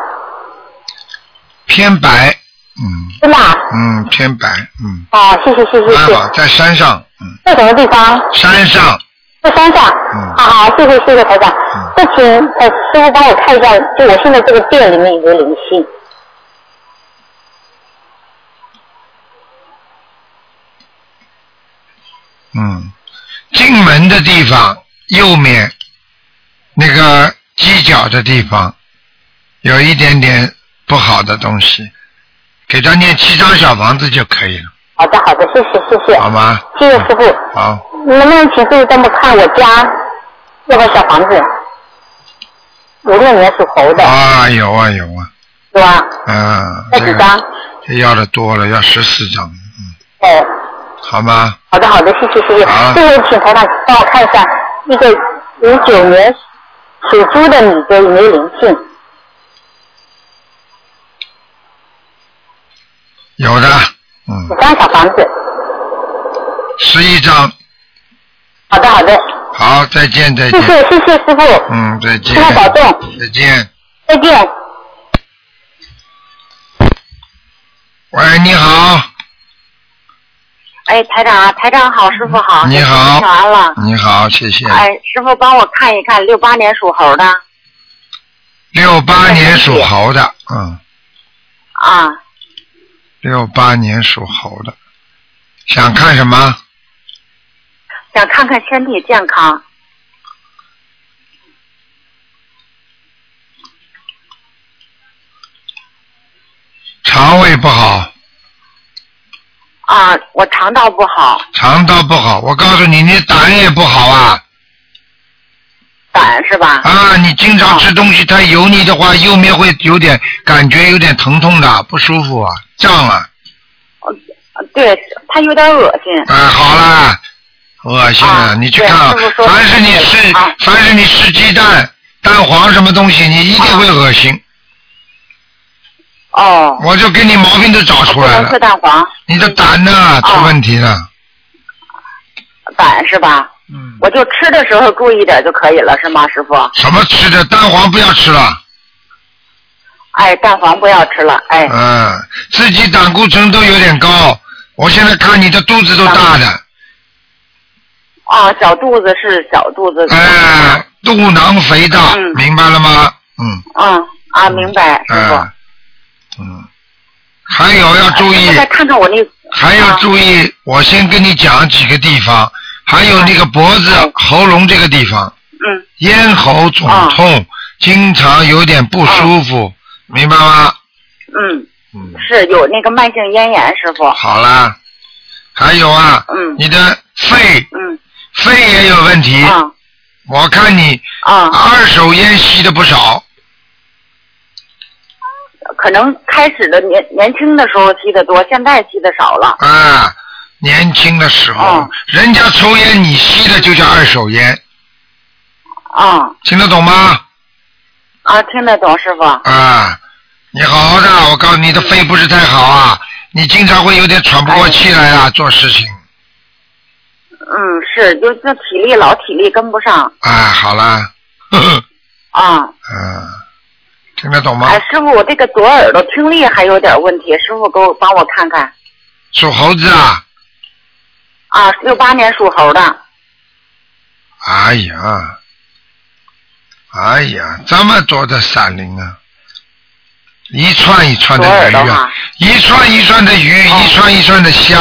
S1: 偏白，嗯
S5: 真的啊？
S1: 嗯，偏白，嗯，
S5: 啊，谢谢谢谢
S1: 蛮
S5: 谢
S1: 好，。在山上，嗯，
S5: 在什么地方？
S1: 山上，
S5: 在山上。
S1: 嗯
S5: 好好，谢谢谢谢台长。再请呃师傅帮我看一下，就我现在这个店里面有没有灵性？
S1: 嗯，进门的地方右面，那个犄角的地方有一点点不好的东西，给他念七张小房子就可以了，
S5: 好的，好的，谢谢，谢谢，
S1: 好吗？
S5: 谢谢师傅。
S1: 好，
S5: 能不能请师傅帮我看我家要不要小房子？五六年属猴的，
S1: 啊，有啊有啊，
S5: 是吧？
S1: 嗯，
S5: 要
S1: 这
S5: 几
S1: 个
S5: 张？
S1: 这要的多了，要十四张，嗯，
S5: 哦，
S1: 好吗？
S5: 好的，好的，谢谢，谢谢。
S1: 好
S5: 这个请台长帮我看一下，一个零九年属猪的女的有没有灵性？
S1: 有的，嗯
S5: 五，张小房子。
S1: 十一张，
S5: 好的，好的，
S1: 好，再见再
S5: 谢
S1: 见，
S5: 谢，谢谢师傅，
S1: 嗯，再见
S5: 师，傅保重，
S1: 再见。
S5: 再见。
S1: 喂，你好，
S6: 哎，台长啊，台长好，师傅好，
S1: 你
S6: 师傅
S1: 好，嗯
S6: 安了。
S1: 你好，谢谢。
S6: 哎，师傅帮我看一看，六八年属猴的
S1: 六八年属猴的，嗯，
S6: 啊，
S1: 六八年属猴的，想看什么？
S6: 想看看身体健康。
S1: 肠胃不好，
S6: 啊，我肠道不好，
S1: 肠道不好，我告诉你，你胆也不好啊
S6: 胆是吧？
S1: 啊！你经常吃东西太油腻的话，右面会有点感觉，有点疼痛的，不舒服啊，胀啊。
S6: 对，他有点恶心。
S1: 啊，好啦，恶心了，
S6: 啊
S1: 你去看啊
S6: 对师傅说，的
S1: 凡是你吃，
S6: 啊
S1: 凡是你吃鸡蛋、蛋黄什么东西，你一定会恶心。
S6: 哦，
S1: 我就给你毛病都找出
S6: 不
S1: 来
S6: 能吃
S1: 了，
S6: 蛋黄，
S1: 你的胆呢出问题了。
S6: 胆是吧？
S1: 嗯，
S6: 我就吃的时候注意点就可以了，是吗，师傅？
S1: 什么吃的蛋黄不要吃了，
S6: 哎，蛋黄不要吃了，哎，
S1: 嗯，自己胆固醇都有点高，我现在看你的肚子都大的，
S6: 啊，小肚子是小肚子。
S1: 哎，肚囊肥大，
S6: 嗯
S1: 明白了吗？嗯，
S6: 嗯啊，明白，师傅。
S1: 嗯，嗯，还有要注意
S6: 师傅，再哎看看我那
S1: 还要注意，我先跟你讲几个地方，还有那个脖子、喉咙这个地方，
S6: 嗯
S1: 咽喉肿痛，经常有点不舒服，明白吗？
S6: 嗯。
S1: 嗯，
S6: 是有那个慢性咽炎，师傅。
S1: 好啦，还有啊，
S6: 嗯
S1: 你的肺
S6: 嗯
S1: 肺也有问题，
S6: 啊
S1: 我看你
S6: 啊，
S1: 二手烟吸的不少，
S6: 可能开始的年年轻的时候吸的多，现在吸的少了。
S1: 啊，年轻的时候，
S6: 哦
S1: 人家抽烟你吸的就叫二手烟，
S6: 啊
S1: 听得懂吗？
S6: 啊，听得懂，师傅。
S1: 啊，你好好的，我告诉你，你的肺不是太好啊，你经常会有点喘不过气来啊，做事情
S6: 嗯，是，就这体力老体力跟不上
S1: 啊，好啦， 呵呵，
S6: 啊。
S1: 嗯，听得懂吗
S6: 哎，？师傅，我这个左耳朵听力还有点问题，师傅给我帮我看看。
S1: 属猴子啊，
S6: 啊，六八年属猴的。
S1: 哎呀，哎呀，这么多的闪灵啊，一串一串
S6: 左
S1: 的
S6: 耳
S1: 鱼
S6: 朵
S1: 啊
S6: 哈，
S1: 一串一串的鱼，
S6: 哦
S1: 一串一串的虾，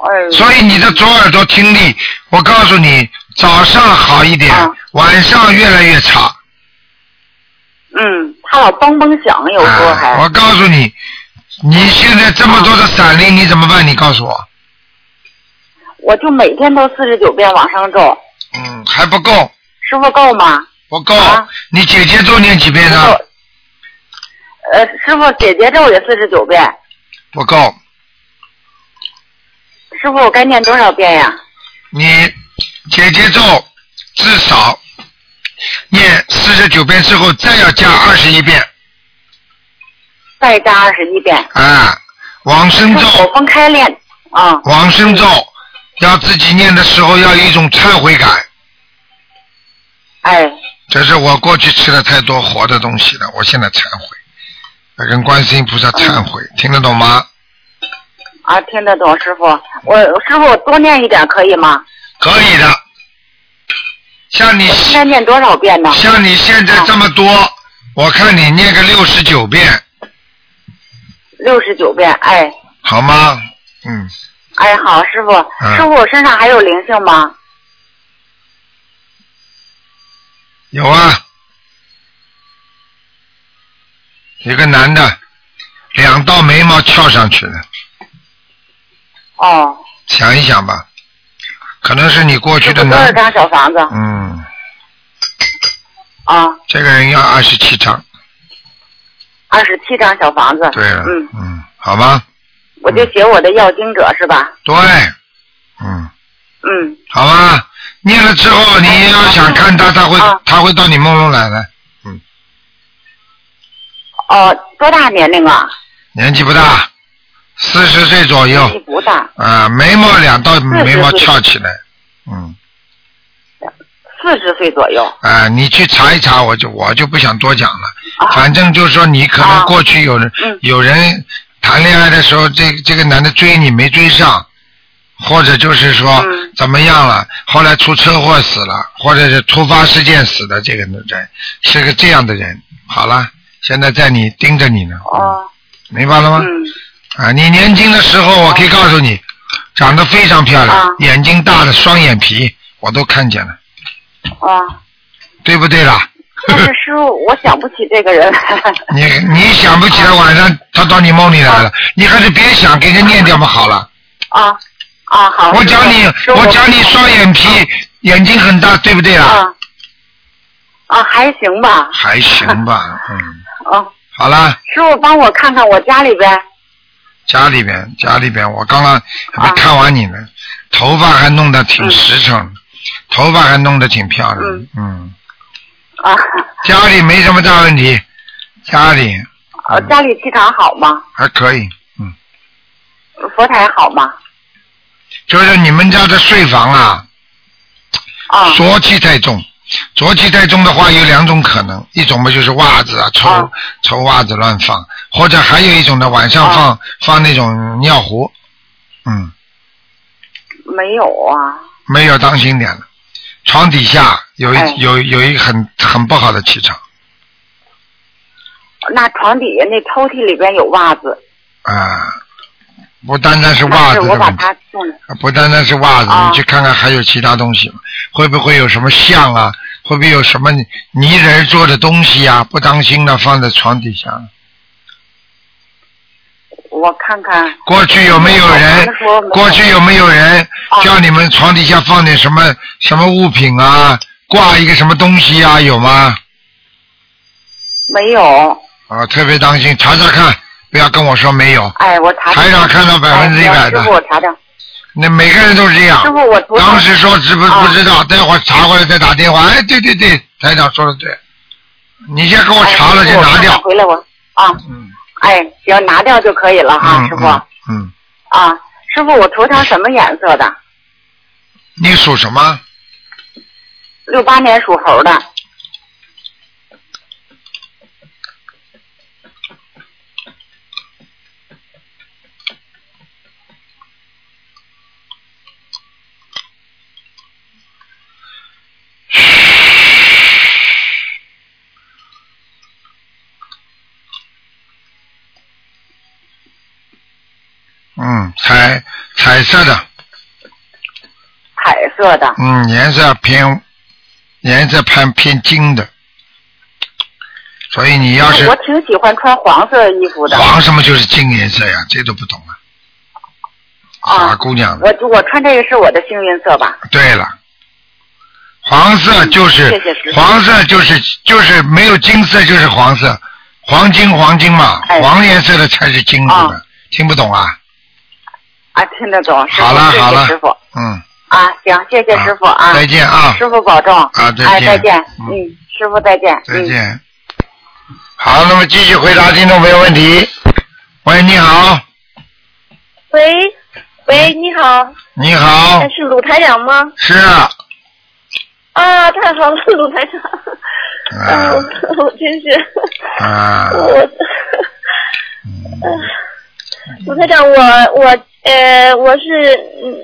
S6: 哎。
S1: 所以你的左耳朵听力，我告诉你，早上好一点
S6: 啊，
S1: 晚上越来越差。
S6: 嗯，他老嘣嘣响，有时候还。
S1: 啊。我告诉你，你现在这么多的散
S6: 嗯
S1: 灵，你怎么办？你告诉我。
S6: 我就每天都四十九遍往上咒，
S1: 嗯，还不够，
S6: 师傅够吗？
S1: 不够。
S6: 啊
S1: 你姐姐多念几遍
S6: 不
S1: 呢？
S6: 够。呃，师傅，姐姐咒也四十九遍，
S1: 不够。
S6: 师傅我该念多少遍呀？
S1: 你姐姐咒至少念四十九遍之后，再要加二十一遍
S6: 再加二十一遍。
S1: 啊。往生
S6: 是口
S1: 咒，
S6: 分开练啊
S1: 往生咒，要自己念的时候要有一种忏悔感。
S6: 哎，
S1: 这是我过去吃了太多活的东西了，我现在忏悔，要跟观世音菩萨忏悔，听得懂吗？
S6: 啊，听得懂师傅。我师傅，我多念一点可以吗？
S1: 可以的。像你
S6: 我应该念多少遍呢？
S1: 像你现在这么多，我看你念个六十九遍，
S6: 六十九遍。哎，
S1: 好吗？嗯，
S6: 哎，好，师傅，
S1: 嗯
S6: 师傅，我身上还有灵性吗？
S1: 有啊，有个男的，两道眉毛翘上去了，
S6: 哦，
S1: 想一想吧，可能是你过去
S6: 这
S1: 的
S6: 多少
S1: 男，
S6: 张小房子
S1: 嗯，
S6: 啊？
S1: 这个人要二十七张，
S6: 二十七张小房子。
S1: 对了，
S6: 嗯，
S1: 嗯，好吗？
S6: 我就写我的要经者是吧？
S1: 对，嗯，
S6: 嗯，
S1: 好吗？念了之后，你要想看他，他会
S6: 啊
S1: 他会到你梦中来的，
S6: 哦，多大年龄啊？
S1: 年纪不大，四十岁左
S6: 年纪
S1: 右，
S6: 不大，
S1: 啊，眉毛两道眉毛
S6: 嗯40岁
S1: 翘起来，嗯。
S6: 四十岁左右。
S1: 啊、你去查一查，我就我就不想多讲了。
S6: 啊
S1: 反正就是说，你可能
S6: 啊
S1: 过去有人、
S6: 嗯
S1: 有人谈恋爱的时候，这这个男的追你没追上，或者就是说、
S6: 嗯
S1: 怎么样了，后来出车祸死了，或者是突发事件死的，这个人是个这样的人。好了，现在在你盯着你呢，
S6: 哦，
S1: 明白了吗？
S6: 嗯，
S1: 啊，你年轻的时候，我可以告诉你，长得非常漂亮，
S6: 啊
S1: 眼睛大的双眼皮，我都看见了，
S6: 哦，
S1: 对不对啦？
S6: 但是师傅，我想不起这个人。
S1: 你你想不起来晚上他到你梦里来了，你还是别想，给人念掉嘛好了。
S6: 啊啊，好。
S1: 我讲你
S6: 师，傅
S1: 我讲你双眼皮，眼睛很大，对不对啊？
S6: 啊啊，还行吧。
S1: 还行 吧，嗯，
S6: 啊，
S1: 好啦，
S6: 师傅帮我看看我家里边。
S1: 家里边家里边，我刚刚还
S6: 啊
S1: 没看完你呢，头发还弄得挺
S6: 嗯
S1: 实诚，头发还弄得挺漂亮
S6: 嗯，
S1: 嗯，
S6: 啊，
S1: 家里没什么大问题，家里
S6: 呃
S1: 嗯
S6: 家里气场好吗？
S1: 还可以，嗯，
S6: 佛台好吗？
S1: 就是你们家的睡房啊，
S6: 啊
S1: 浊气太重，浊气太重的话有两种可能，一种嘛就是袜子啊，臭、
S6: 啊
S1: 臭袜子乱放，或者还有一种呢，晚上放、放那种尿壶，嗯，
S6: 没有啊。
S1: 没有当心点了。床底下有一、
S6: 哎
S1: 有有一个很很不好的气场
S6: 那床底下那抽屉里边有袜子，
S1: 啊、不单单是
S6: 但
S1: 袜
S6: 是
S1: 子
S6: 我
S1: 的
S6: 把
S1: 问题，
S6: 它送了。
S1: 不单单是袜子，
S6: 啊
S1: 你去看看还有其他东西吗，会不会有什么像啊？会不会有什么泥人做的东西啊？不当心的放在床底下了。
S6: 我看看，
S1: 过去有没有
S6: 我
S1: 人
S6: 那时候没有？
S1: 过去有没有人
S6: 啊
S1: 叫你们床底下放点什么什么物品啊？挂一个什么东西啊？有吗？
S6: 没有。
S1: 啊，特别当心，查查看，不要跟我说没有。
S6: 哎，我查查。
S1: 台长看到百分之一百
S6: 哎
S1: 的
S6: 师傅，，我查查。
S1: 那每个人都是这
S6: 师
S1: 样
S6: 傅。，我昨
S1: 当
S6: 天
S1: 时说知不
S6: 啊
S1: 不知道，待会儿查过来再打电话。哎，对对对，台长说的对，你先给我
S6: 哎
S1: 查了
S6: 师
S1: 就
S6: 傅我
S1: 拿
S6: 看
S1: 掉
S6: 看。回来我啊，
S1: 嗯
S6: 哎，行，拿掉就可以了哈，
S1: 嗯
S6: 师傅
S1: 嗯嗯，
S6: 啊。师傅，我图腾什么颜色的？
S1: 你属什么？
S6: 六八年属猴的。
S1: 嗯，彩彩色的。
S6: 彩色的，
S1: 嗯，颜色偏颜色偏偏金的，所以你要是
S6: 哎我挺喜欢穿黄色衣服的
S1: 黄什么就是金颜色呀，这都不懂啊，傻
S6: 啊。
S1: 姑娘。
S6: 我我穿这个是我的幸运色吧？
S1: 对了，黄色就是
S6: 嗯谢谢师傅
S1: 黄色就是就是没有金色就是黄色，黄金黄金嘛，
S6: 哎
S1: 黄颜色的才是金子
S6: 啊
S1: 的，听不懂啊？
S6: 啊，听得懂，师傅
S1: 好了好
S6: 谢
S1: 了
S6: 谢师傅
S1: 嗯，
S6: 啊，行，谢谢师傅啊，
S1: 再见啊，
S6: 师傅保重
S1: 啊再见
S6: 哎，再见，
S1: 嗯
S6: 嗯，师傅再见，
S1: 再
S6: 嗯。
S1: 见。好，那么继续回答听众朋友问题。喂，你好，
S2: 喂，喂，
S1: 嗯
S2: 你好，
S1: 你好
S2: 哎，是鲁台长吗？
S1: 是啊。
S2: 啊，太好了，鲁台长。 嗯
S1: 啊
S2: 我我真是，
S1: 啊，
S2: 我，
S1: 嗯
S2: 鲁台长，我我呃，我是嗯，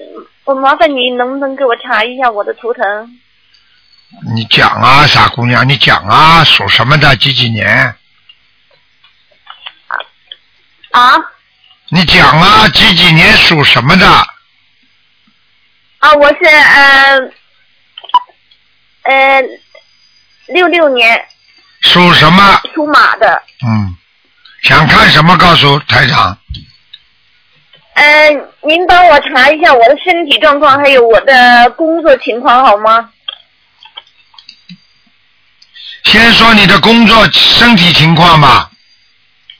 S2: 我麻烦你能不能给我查一下我的图腾？
S1: 你讲啊，傻姑娘，你讲啊，属什么的？几几年？
S2: 啊
S1: 你讲啊，几几年属什么的？
S2: 啊，我是呃呃
S7: 六六年
S1: 属什么？
S7: 属马的，
S1: 嗯，想看什么告诉台长。
S7: 嗯、您帮我查一下我的身体状况，还有我的工作情况好吗？
S1: 先说你的工作身体情况吧，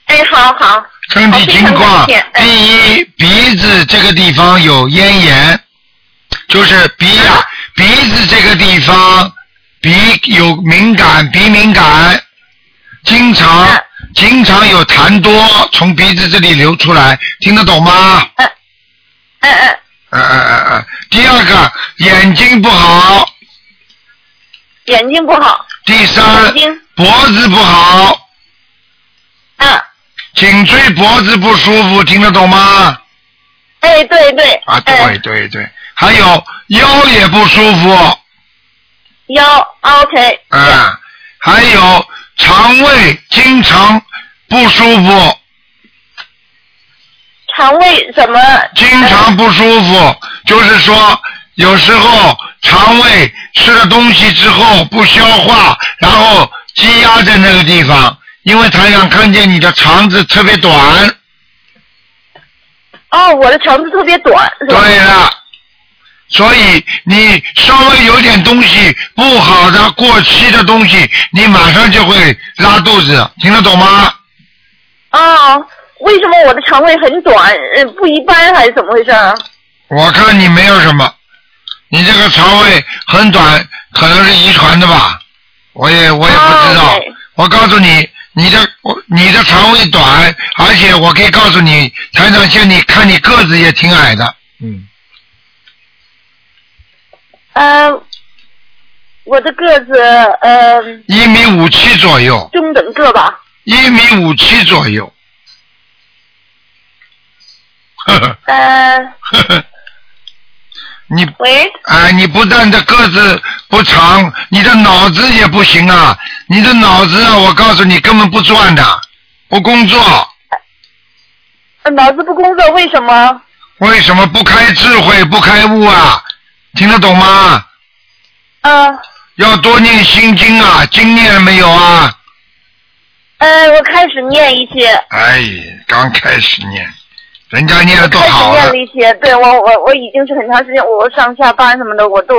S7: 哎，好好，
S1: 身体情
S7: 好
S1: 况
S7: 非常感谢，嗯
S1: 第一，鼻子这个地方有咽炎，就是鼻呀、
S7: 啊
S1: 鼻子这个地方鼻有敏感，鼻敏感，经常
S7: 嗯
S1: 经常有痰多从鼻子这里流出来，听得懂吗？
S7: 嗯嗯，
S1: 呃呃呃呃，第二个眼睛不好，
S7: 眼睛不好，
S1: 第三
S7: 眼睛
S1: 脖子不好，
S7: 嗯，
S2: 啊
S1: 颈椎脖子不舒服，听得懂吗？
S7: 哎，对对，
S2: 呃
S1: 啊，对
S7: 哎
S1: 对对，还有腰也不舒服，
S7: 腰，OK，
S1: 啊，还有肠胃经常不舒服，
S7: 肠胃怎么？
S1: 经常不舒服，就是说有时候肠胃吃了东西之后不消化，然后积压在那个地方，因为台长看见你的肠子特别短。
S7: 哦，我的肠子特别短，是吧？
S1: 对了，所以你稍微有点东西不好的过期的东西，你马上就会拉肚子，听得懂吗？
S7: 哦，为什么我的肠胃很短？呃，不一般还是怎么回事啊？
S1: 我看你没有什么，你这个肠胃很短，可能是遗传的吧？我也我也不知道。
S7: 哦对
S1: 我告诉你，你的我你的肠胃短，而且我可以告诉你，台长见你看你个子也挺矮的，
S7: 呃，我的个子呃
S1: 一米五七左右，
S7: 中等个吧。
S1: 一米五七左右。 呵呵
S7: 呃，
S1: 呵呵，你
S7: 喂，
S1: 啊，你不但的个子不长，你的脑子也不行啊！你的脑子啊，我告诉你，根本不转的，不工作。
S7: 呃脑子不工作，为什么？
S1: 为什么不开智慧、不开悟啊？听得懂吗？
S7: 呃
S1: 要多念心经啊，经念了没有啊？
S7: 呃，我开始念一些，
S1: 哎，刚开始念，人家念的都
S7: 开始
S1: 好
S7: 念
S1: 了
S7: 了。一些。对我我我已经是很长时间，我上下班什么的我都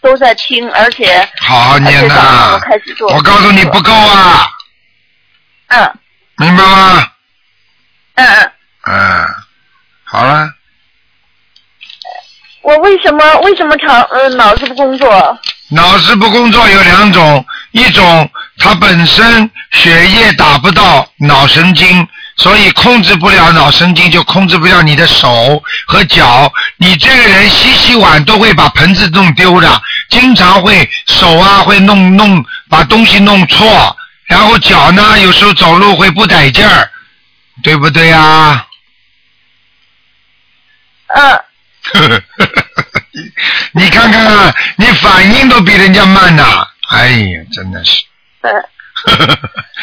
S7: 都在听，而且
S1: 好好念
S7: 啊
S1: 呐、
S7: 对早上我开始做
S1: 我告诉你不够啊，
S7: 嗯
S1: 明白吗？
S7: 嗯嗯，
S1: 嗯，好了，
S7: 我为什么为什么肠呃脑子不工作？
S1: 脑子不工作有两种，一种它本身血液打不到脑神经，所以控制不了脑神经，就控制不了你的手和脚。你这个人洗洗碗都会把盆子弄丢的，经常会手啊会弄弄把东西弄错，然后脚呢有时候走路会不得劲儿，对不对呀、啊？
S7: 嗯、
S1: 你看看啊，你反应都比人家慢呐、哎呀，真的是。
S7: 嗯、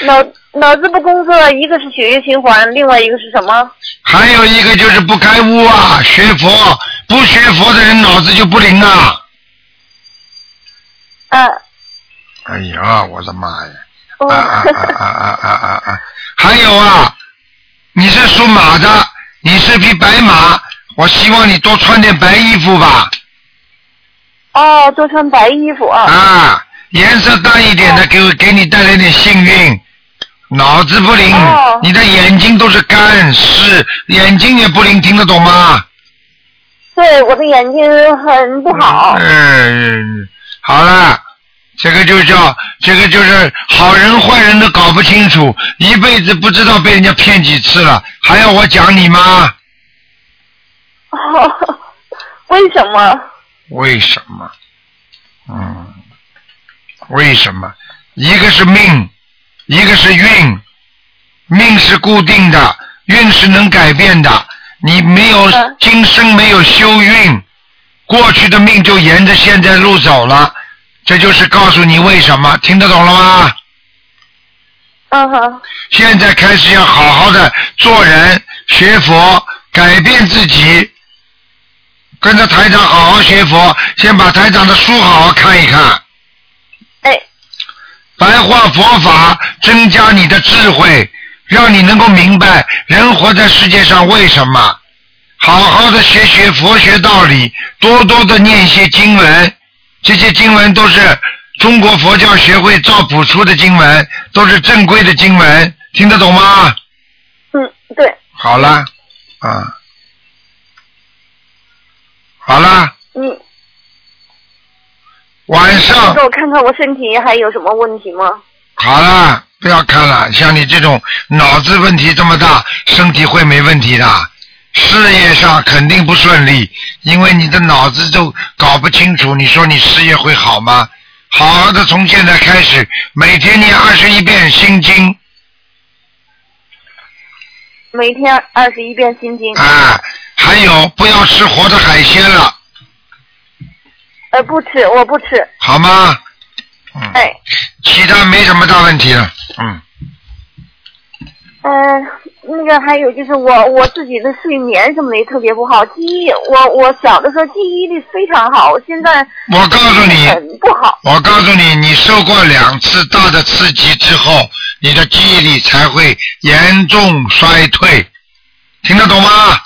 S7: 脑脑子不工作，一个是血液循环，另外一个是什么？
S1: 还有一个就是不开悟啊，学佛不学佛的人脑子就不灵啊。
S2: 呃
S7: 嗯、
S1: 哎呀，我的妈呀！
S7: 哦
S1: 啊啊啊啊啊啊啊啊！还有啊，你是属马的，你是匹白马，我希望你多穿点白衣服吧。
S7: 哦，多穿白衣服啊。
S1: 啊，颜色淡一
S7: 哦
S1: 点的，给我给你带来点幸运。脑子不灵，
S7: 哦
S1: 你的眼睛都是干视，眼睛也不灵，听得懂吗？
S7: 对，我的眼睛很不好。
S1: 嗯，好了，这个就叫这个就是好人坏人都搞不清楚，一辈子不知道被人家骗几次了，还要我讲你吗？
S7: 哦， 为什么？
S1: 为什么？嗯，为什么？一个是命，一个是运，命是固定的，运是能改变的。你没有
S7: 嗯
S1: 今生没有修运，过去的命就沿着现在路走了。这就是告诉你为什么，听得懂了吗？
S7: 嗯哼，
S1: 现在开始要好好的做人、学佛、改变自己，跟着台长好好学佛，先把台长的书好好看一看。
S7: 哎，
S1: 白话佛法增加你的智慧，让你能够明白人活在世界上为什么。好好的学学佛学道理，多多的念一些经文，这些经文都是中国佛教学会赵朴初的经文，都是正规的经文，听得懂吗？
S2: 嗯，对，
S1: 好啦，啊，好啦，
S2: 你
S1: 晚
S2: 能
S1: 上
S2: 给我看看我身体还有什么问题吗？
S1: 好啦，不要看了，像你这种脑子问题这么大，身体会没问题的。事业上肯定不顺利，因为你的脑子都搞不清楚。你说你事业会好吗？好好的从现在开始，每天念二十一遍心经
S2: 每天二十一遍心经，
S1: 啊，还有不要吃活的海鲜了，
S2: 呃，不吃，我不吃。
S1: 好吗？嗯，
S2: 哎，
S1: 其他没什么大问题了。嗯，
S2: 嗯、那个还有就是我我自己的睡眠什么的也特别不好，记忆我我小的时候记忆力非常好，现在
S1: 我告诉你，
S2: 很不好。
S1: 我告诉你，你受过两次大的刺激之后，你的记忆力才会严重衰退，听得懂吗？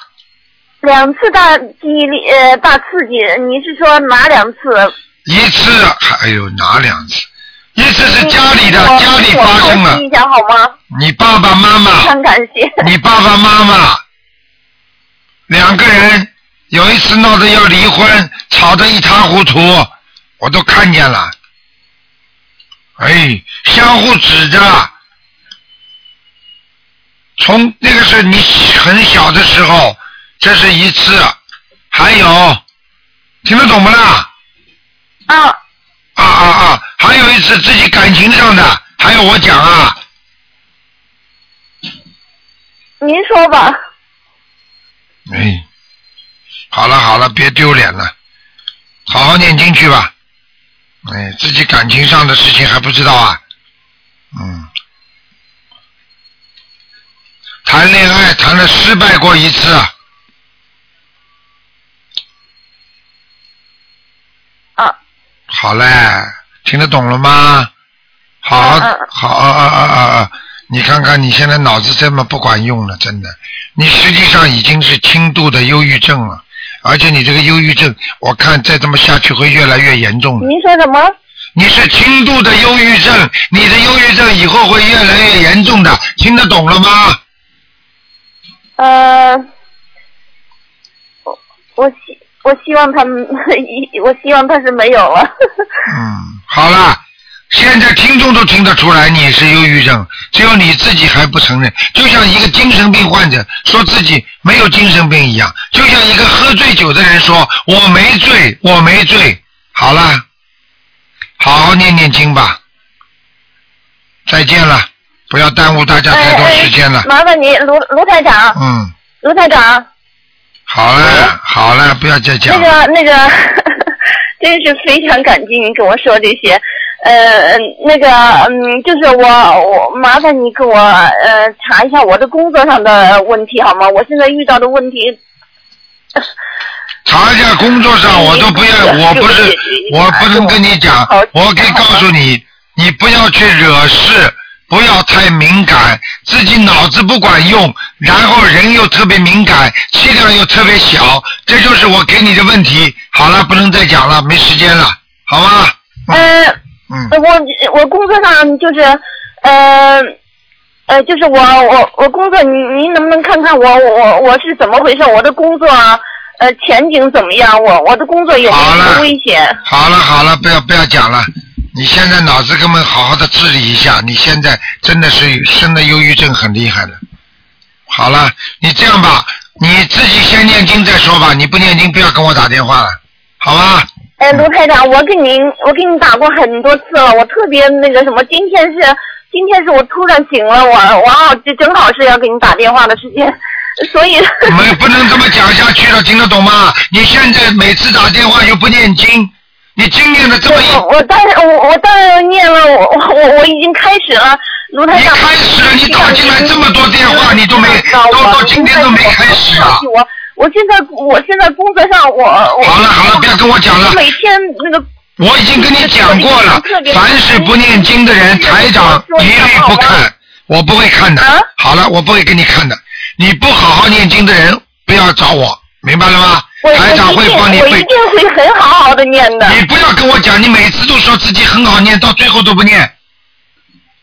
S2: 两次大记忆力呃大刺激，你是说哪两次？
S1: 一次，还有哪两次？一次是家里的
S2: 我，
S1: 家里发生
S2: 我
S1: 了
S2: 剖析，一下好吗？
S1: 你爸爸妈
S2: 非
S1: 妈，
S2: 常感谢。
S1: 你爸爸妈妈两个人有一次闹着要离婚，吵得一塌糊涂，我都看见了。哎，相互指着。从那个是你很小的时候，这是一次，还有，听得懂不啦？
S2: 啊，
S1: 啊啊啊！还有一次自己感情上的，还有我讲啊，
S2: 您说吧。
S1: 哎，好了好了，别丢脸了，好好念经去吧。哎，自己感情上的事情还不知道啊，嗯，谈恋爱谈了失败过一次，
S2: 啊，
S1: 好嘞，听得懂了吗？好好
S2: 嗯嗯
S1: 好啊啊啊啊啊！你看看你现在脑子这么不管用了，真的，你实际上已经是轻度的忧郁症了，而且你这个忧郁症，我看再这么下去会越来越严重的。
S2: 您说什么？
S1: 你是轻度的忧郁症，你的忧郁症以后会越来越严重的，听得懂了吗？
S2: 呃，我我希我希望 他们，我希望他是没有啊了。
S1: 嗯，好了，现在听众都听得出来你是忧郁症，只有你自己还不承认，就像一个精神病患者说自己没有精神病一样，就像一个喝醉酒的人说我没醉，我没醉。好了，好好念念经吧。再见了，不要耽误大家太多时间了。
S2: 哎哎、哎麻烦你卢卢台长，
S1: 嗯，
S2: 卢台长，
S1: 好了，好了，不要再讲
S2: 那
S1: 了。
S2: 个 那个，真是非常感激您跟我说这些。呃，那个，嗯，就是我，我麻烦你给我呃查一下我的工作上的问题好吗？我现在遇到的问题，
S1: 查一下工作上，我都不要，我不是
S2: 对不起，
S1: 我不能跟哦你讲
S2: 好，
S1: 我可以告诉你，你不要去惹事，不要太敏感，自己脑子不管用，然后人又特别敏感，气量又特别小，这就是我给你的问题。好了，不能再讲了，没时间了，好吗？
S2: 呃，
S1: 嗯，
S2: 呃我我工作上就是，呃，呃，就是我我我工作，您您能不能看看我我我我是怎么回事？我的工作呃前景怎么样？我我的工作有没有
S1: 好了
S2: 什么危险？
S1: 好了好了，不要不要讲了。你现在脑子根本好好的治理一下，你现在真的是生的忧郁症很厉害了。好了，你这样吧，你自己先念经再说吧。你不念经，不要跟我打电话了，好吧？
S2: 哎，卢台长，我给您我给你打过很多次了，我特别那个什么，今天是今天是我突然醒了，我我好就正好是要给你打电话的时间，所以
S1: 没不能这么讲下去了，听得懂吗？你现在每次打电话又不念经，你经念了这么
S2: 我
S1: 一，
S2: 我当然我我当然念了，我我我我已经开始了，卢台
S1: 你
S2: 长。
S1: 开始了，你打进来这么多电话，你都没到到今天都没开始啊！
S2: 我我现在我现在工作上我我
S1: 好了好了，不要跟我讲了。
S2: 每天那个
S1: 我已经跟你讲过了
S2: 特别，
S1: 凡是不念经的人，台长一律不看，我不会看的。
S2: 啊
S1: 好了，我不会给你看的。你不好好念经的人，不要找我，明白了吗？
S2: 我我
S1: 台长
S2: 一
S1: 会
S2: 定
S1: 帮你
S2: 我一
S1: 背。
S2: 定会很好好的念的。
S1: 你不要跟我讲，你每次都说自己很好念，到最后都不念。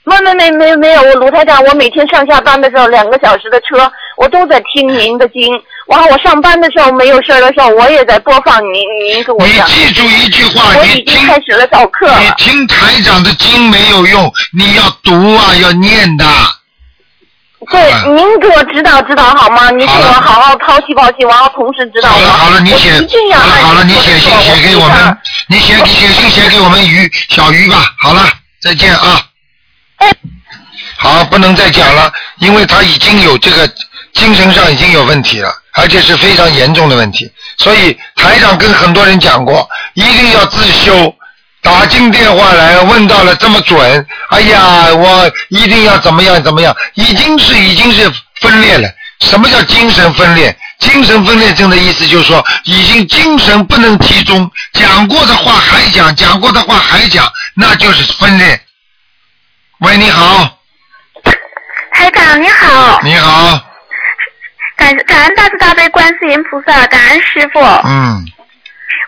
S2: 没没没没没有，我卢台长，我每天上下班的时候两个小时的车，我都在听您的经。然后我上班的时候没有事儿的时候，我也在播放您您给我
S1: 你
S2: 讲。
S1: 记住一句话，
S2: 我
S1: 你
S2: 已经
S1: 听
S2: 开始了早课
S1: 你
S2: 了。
S1: 听台长的经没有用，你要读啊，要念的。
S2: 对，您给我指导指导好吗？您给我好好剖析剖析，然后同时指导我。
S1: 好了好了，你写
S2: 我一定要
S1: 好了好了，你写信写给我们，你写你写信写给我们鱼小鱼吧。好了，再见啊。
S2: 哎
S1: 好，不能再讲了，因为他已经有这个精神上已经有问题了，而且是非常严重的问题。所以台长跟很多人讲过，一定要自修。打进电话来问到了这么准，哎呀，我一定要怎么样怎么样，已经是已经是分裂了。什么叫精神分裂？精神分裂症的意思就是说，已经精神不能集中，讲过的话还讲，讲过的话还讲，那就是分裂。喂，你好，
S6: 台长你好，
S1: 你好，
S6: 感感恩大慈大悲观世音菩萨，感恩师傅。
S1: 嗯，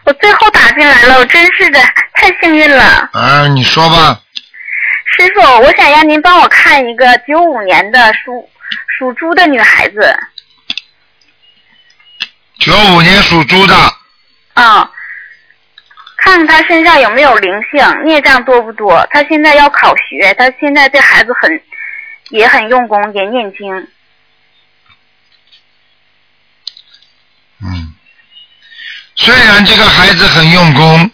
S6: 我最后打进来了，我真是的，太幸运了。
S1: 啊，你说吧，
S6: 师傅，我想让您帮我看一个九五年的属属猪的女孩子。
S1: 九五年属猪的，
S6: 啊，看看他身上有没有灵性，孽障多不多？他现在要考学，他现在对孩子很也很用功，也念经。
S1: 嗯，虽然这个孩子很用功，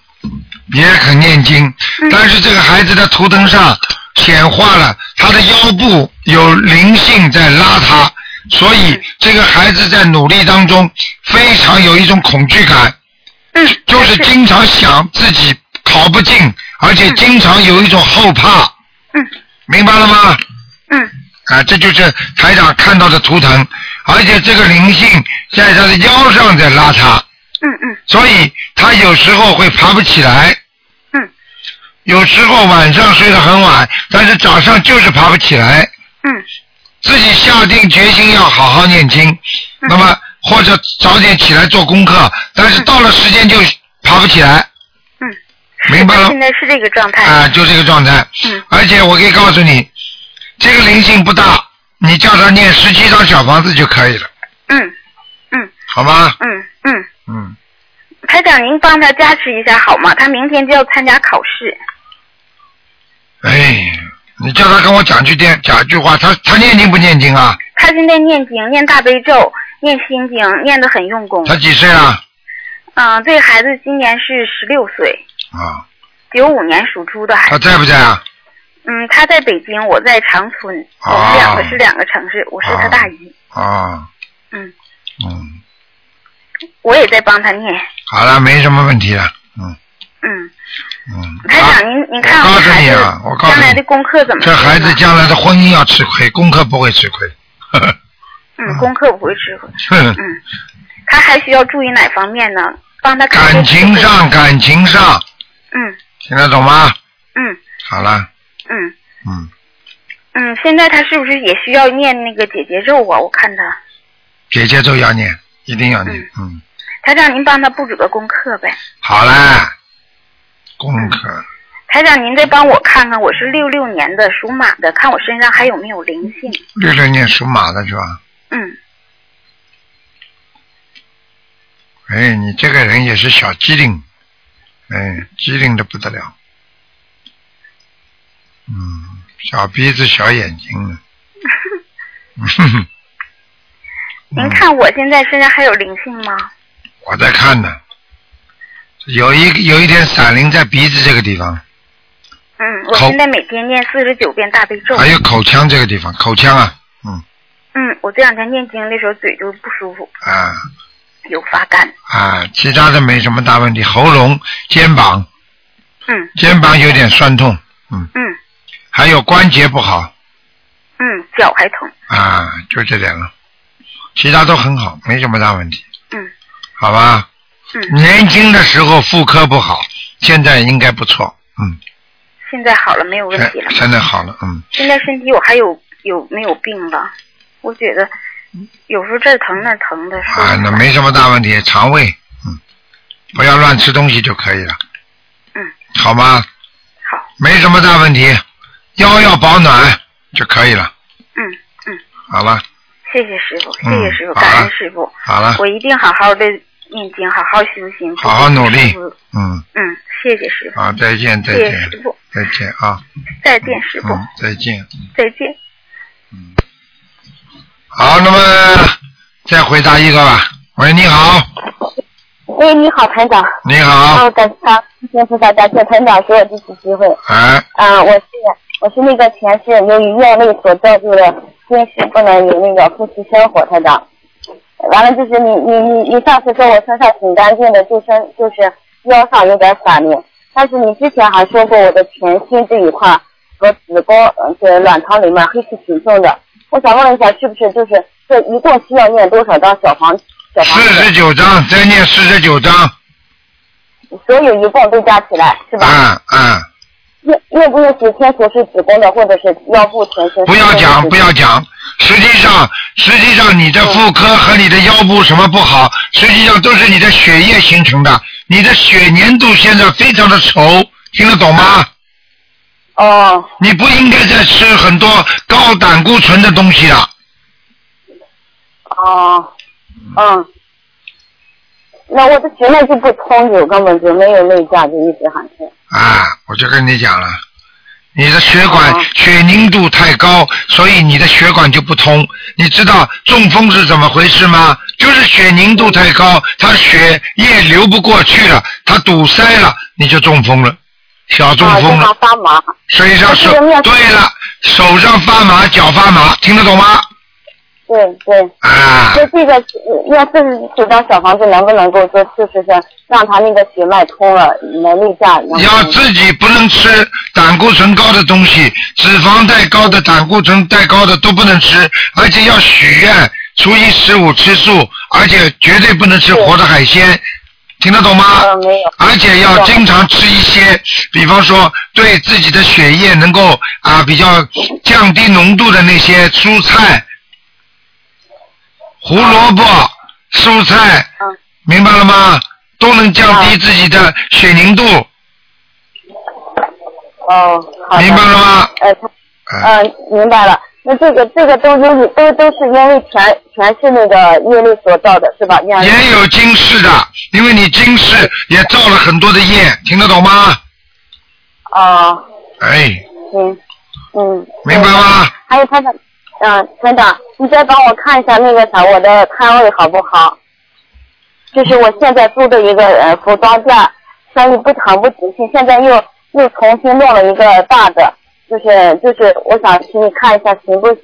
S1: 也很念经，
S6: 嗯
S1: 但是这个孩子的图腾上显化了他的腰部有灵性在拉他，所以这个孩子在努力当中非常有一种恐惧感，
S6: 嗯，
S1: 就是经常想自己考不进，而且经常有一种后怕，
S6: 嗯，
S1: 明白了吗？
S6: 嗯，
S1: 啊，这就是台长看到的图腾，而且这个灵性在他的腰上在拉他，
S6: 嗯嗯
S1: 所以他有时候会爬不起来。
S6: 嗯。
S1: 有时候晚上睡得很晚，但是早上就是爬不起来。
S6: 嗯
S1: 自己下定决心要好好念经，
S6: 嗯
S1: 那么或者早点起来做功课，但是到了时间就爬不起来。
S6: 嗯。
S1: 明白了
S6: 现在是这个状态。
S1: 啊、就这个状态。
S6: 嗯
S1: 而且我可以告诉你，这个灵性不大，你叫他念十七张小房子就可以了，
S6: 嗯嗯
S1: 好吗？
S6: 嗯嗯，
S1: 嗯，
S6: 台长，您帮他加持一下好吗？他明天就要参加考试。
S1: 哎，你叫他跟我讲句电讲句话，他他念经不念经啊？
S6: 他现在念经，念大悲咒，念心经，念得很用功。
S1: 他几岁啊？
S6: 嗯、这个孩子今年是十六岁，
S1: 啊，
S6: 九五年属猪的孩
S1: 他
S6: 子。
S1: 在不在啊？
S6: 嗯，他在北京，我在长春，我
S1: 啊
S6: 们两个是两个城市，我是他大姨。
S1: 啊，
S6: 嗯，
S1: 嗯，
S6: 我也在帮他念。
S1: 好了，没什么问题了，嗯
S6: 嗯，
S1: 嗯。
S6: 台长，您您看
S1: 我告诉
S6: 孩
S1: 你
S6: 子
S1: 啊我告诉你
S6: 将来的功课怎么样
S1: 这
S6: 啊？
S1: 孩子将来的婚姻要吃亏，功课不会吃亏。 呵呵
S6: 嗯，功课不会吃亏。
S1: 哼
S6: 嗯，他还需要注意哪方面呢？帮他看
S1: 感情上，感情上，
S6: 嗯
S1: 听得懂吗？
S6: 嗯
S1: 好了，
S6: 嗯
S1: 嗯，
S6: 嗯，现在他是不是也需要念那个姐姐咒啊？我看他，
S1: 姐姐都要念，一定要念，嗯，
S6: 台长您帮他布置个功课呗。
S1: 好啦，功课，
S6: 台长您再帮我看看，我是六六年的属马的，看我身上还有没有灵性。
S1: 六六年属马的是吧？
S6: 嗯，
S1: 哎，你这个人也是小机灵，哎，机灵的不得了，嗯，小鼻子小眼睛啊嗯呢，哼哼嗯
S6: 您看我现在身上还有灵性吗？
S1: 我在看呢，有一有一点闪灵在鼻子这个地方，
S6: 嗯，我
S1: 好哎
S6: 现在每天念四十九遍大悲咒。
S1: 还有口腔这个地方，口腔啊，嗯
S6: 嗯，我这两天念经的时候嘴就不舒服，
S1: 啊
S6: 有发干。
S1: 啊，其他的没什么大问题，喉咙、肩膀、
S6: 嗯
S1: 肩膀有点酸痛，
S6: 嗯
S1: 还有关节不好
S6: 嗯，脚还疼。
S1: 啊，就这点了，其他都很好，没什么大问题，
S6: 嗯
S1: 好吧？
S6: 嗯
S1: 年轻的时候妇科不好，现在应该不错，嗯，
S8: 现在好了，没有问题了。
S1: 现在好了，嗯，
S8: 现在身体我还有有没有病吧？我觉得有时候这儿疼那儿疼的，
S1: 嗯啊，那没什么大问题，肠胃，嗯，不要乱吃东西就可以了，
S8: 嗯，
S1: 好吗？
S8: 好，
S1: 没什么大问题，腰要保暖就可以了，
S8: 嗯嗯，
S1: 好了，
S8: 谢谢师傅，谢
S1: 嗯
S8: 谢师傅，
S1: 好了
S8: 感恩师傅，
S1: 好了
S8: 我一定好好的念经，好好修行，
S1: 好好努力
S8: 谢谢师父
S1: 嗯，
S8: 嗯，谢谢师傅，
S1: 好，再见，再
S8: 谢谢
S1: 见
S8: 师，傅，
S1: 再见啊，
S8: 再见师傅，
S1: 嗯，再见。
S8: 再见。
S1: 好，那么再回答一个吧。喂，你好，
S9: 喂，你好，团长。
S1: 你好，
S9: 哦，感啊，谢谢菩萨，感谢团长给我这次机会。
S1: 哎，
S9: 啊，我是我是那个前世由于愿力所造就的，今世不能有那个夫妻生活，团长。完了就是你你你你上次说我身上挺干净的，就身就是腰上有点反面，但是你之前还说过我的前心这一块儿和子宫呃这卵巢里面黑气挺重的，我想问一下，是不是就是这一共需要念多少张小房小房
S1: 四
S9: 子？
S1: 十九章，再念四十九章，
S9: 所有一共都加起来是吧？
S1: 啊啊，
S9: 用用不用写天球是子宫的，或者是腰部全身？
S1: 不要讲，不要讲。实际上，实际上你的妇科和你的腰部什么不好，实际上都是你的血液形成的。你的血粘度现在非常的稠，听得懂
S9: 啊
S1: 吗？
S9: 哦。
S1: 你不应该再吃很多高胆固醇的东西了。
S9: 哦，嗯。那我的血脉就不通就根本就没有内脏，就一直喊痛。
S1: 啊，我就跟你讲了，你的血管、血凝度太高，所以你的血管就不通。你知道中风是怎么回事吗？就是血凝度太高，它血液流不过去了，它堵塞了，你就中风了，小中
S9: 啊，
S1: 风
S9: 经常
S1: 了，
S9: 发麻。
S1: 身上手
S9: 那这个面
S1: 对了，手上发麻，脚发麻，听得懂吗？
S9: 对对。
S1: 啊。
S9: 那这个呃要四十九张小房子能不能够说就是说让他那个血脉通了，能内脏？然后
S1: 要自己不能吃胆固醇高的东西，脂肪太高的、胆固醇太高的都不能吃，而且要许愿，初一十五吃素，而且绝对不能吃活的海鲜，听得懂吗？
S9: 嗯没有
S1: 而且要经常吃一些，比方说对自己的血液能够啊比较降低浓度的那些蔬菜、胡萝卜、蔬菜，明白了吗？都能降低自己的血凝度，
S9: 哦，好的
S1: 明白了吗？
S9: 呃，他嗯，明白了。那这个这个都都都都是因为全全是那个业力所造的，是吧？那样
S1: 也有今世的，因为你今世也造了很多的业，听得懂吗？
S9: 哦，
S1: 哎，
S9: 嗯嗯，
S1: 明白吗？
S9: 还有团长，嗯、团长，你再帮我看一下那个啥，我的摊位好不好？就是我现在租的一个呃服装店，生意不很不景气，现在又又重新弄了一个大的，就是就是我想请你看一下行不行？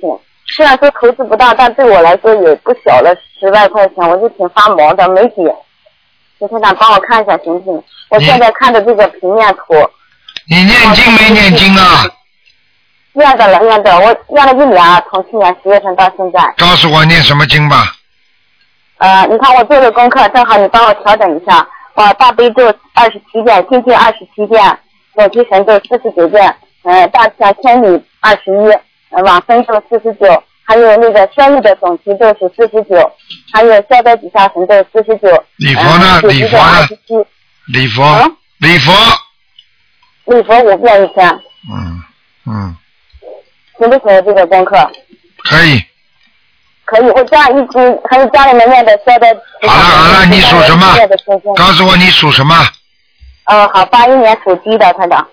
S9: 虽然说投资不大，但对我来说也不小了，十万块钱，我就挺发毛的，没底。请团长帮我看一下行不行？我现在看的这个平面图，
S1: 你念经没念经啊？
S9: 念的了，念的，我念了一年，啊从去年十月份到现在。
S1: 告诉我念什么经吧。
S9: 呃，你看我做的功课，正好你帮我调整一下。我大悲咒二十七遍，心经二十七遍，准提神咒四十九遍，呃，大慈大天女二十一，呃往生咒四十九，还有那个生日的总提咒是四十九，还有消灾吉祥神咒四十九，
S1: 礼佛呢
S9: 呃准提
S1: 礼
S9: 咒
S1: 佛呢
S9: 二十七，
S1: 礼佛，
S9: 啊
S1: 礼佛，
S9: 礼佛五遍一天，
S1: 嗯嗯，
S9: 行不行？这个功课
S1: 可以。
S9: 可以，我家一直还有家里面念的消灾吉祥神咒。好了好了，你
S1: 属什么
S9: 念的心经
S1: 告诉我你属什么？
S9: 嗯，好，八一年属鸡的团长。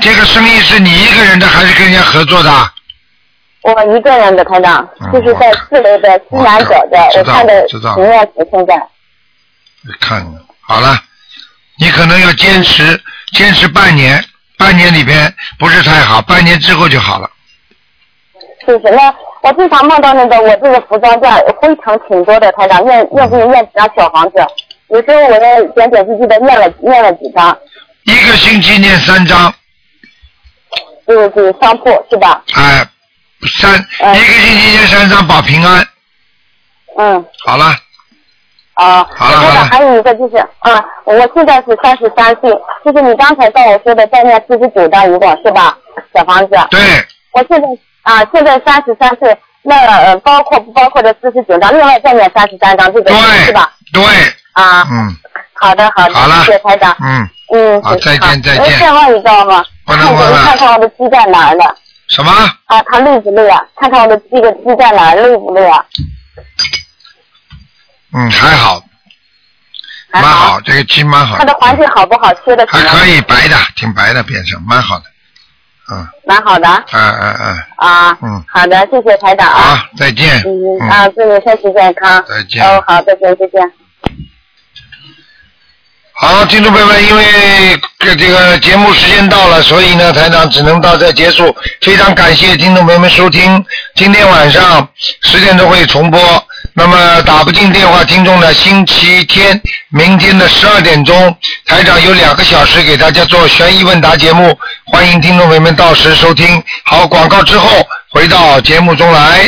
S1: 这个生意是你一个人的还是跟人家合作的？
S9: 我一个人的团长，就是在四楼的西南角的，
S1: 啊知
S9: 我
S1: 道
S9: 看的
S1: 知道
S9: 平面图现在。
S1: 看了，好了，你可能要坚持，坚持半年，半年里边不是太好，半年之后就好了。
S9: 就是那我经常梦到那个我这个服装店灰尘挺多的，团长念
S1: 嗯
S9: 念不念几张小房子？有时候我那点点滴滴的念了念了几张，
S1: 一个星期念三章，
S9: 就是就是商铺是吧？哎
S1: 哎，三一个星期念三章保平安，
S9: 嗯，
S1: 好了，
S9: 啊，
S1: 好了
S9: 台
S1: 好
S9: 长
S1: 了
S9: 还有一个就是，啊，我现在是三十三岁，就是你刚才跟我说的再念四十九章如果是吧？小房子。
S1: 对。
S9: 我现在啊，现在三十三岁，那呃，包括不包括这四十九章，另外再念三十三章这个是吧？
S1: 对。
S9: 啊，
S1: 嗯
S9: 好的好的，
S1: 好了
S9: 谢谢台长。
S1: 嗯，
S9: 嗯，
S1: 好再见
S9: 好
S1: 再见
S9: 我再问一个吗？
S1: 不能
S9: 看
S1: 问
S9: 看
S1: 了
S9: 看看我的鸡在哪儿了？
S1: 什么？
S9: 啊，它累不累啊？看看我的这个鸡在哪儿累不累啊？
S1: 嗯，还好，蛮好，这个鸡蛮好
S9: 它的
S1: 的，
S9: 环境好不好？缺的什
S1: 还
S9: 么？
S1: 可以，白的，挺白的，变成蛮好的，嗯，
S9: 蛮好的啊
S1: 啊啊啊，
S9: 啊。
S1: 嗯，
S9: 好的，谢谢台长啊。
S1: 好，再见，
S9: 嗯
S1: 嗯
S9: 啊，祝你身体健康。
S1: 再见
S9: 哦，好，再见，再见。
S1: 好，听众朋友们，因为这这个节目时间到了，所以呢，台长只能到这结束。非常感谢听众朋友们收听，今天晚上十点钟会重播。那么打不进电话听众呢，星期天明天的十二点钟，台长有两个小时给大家做悬疑问答节目，欢迎听众朋友们到时收听。好，广告之后回到节目中来。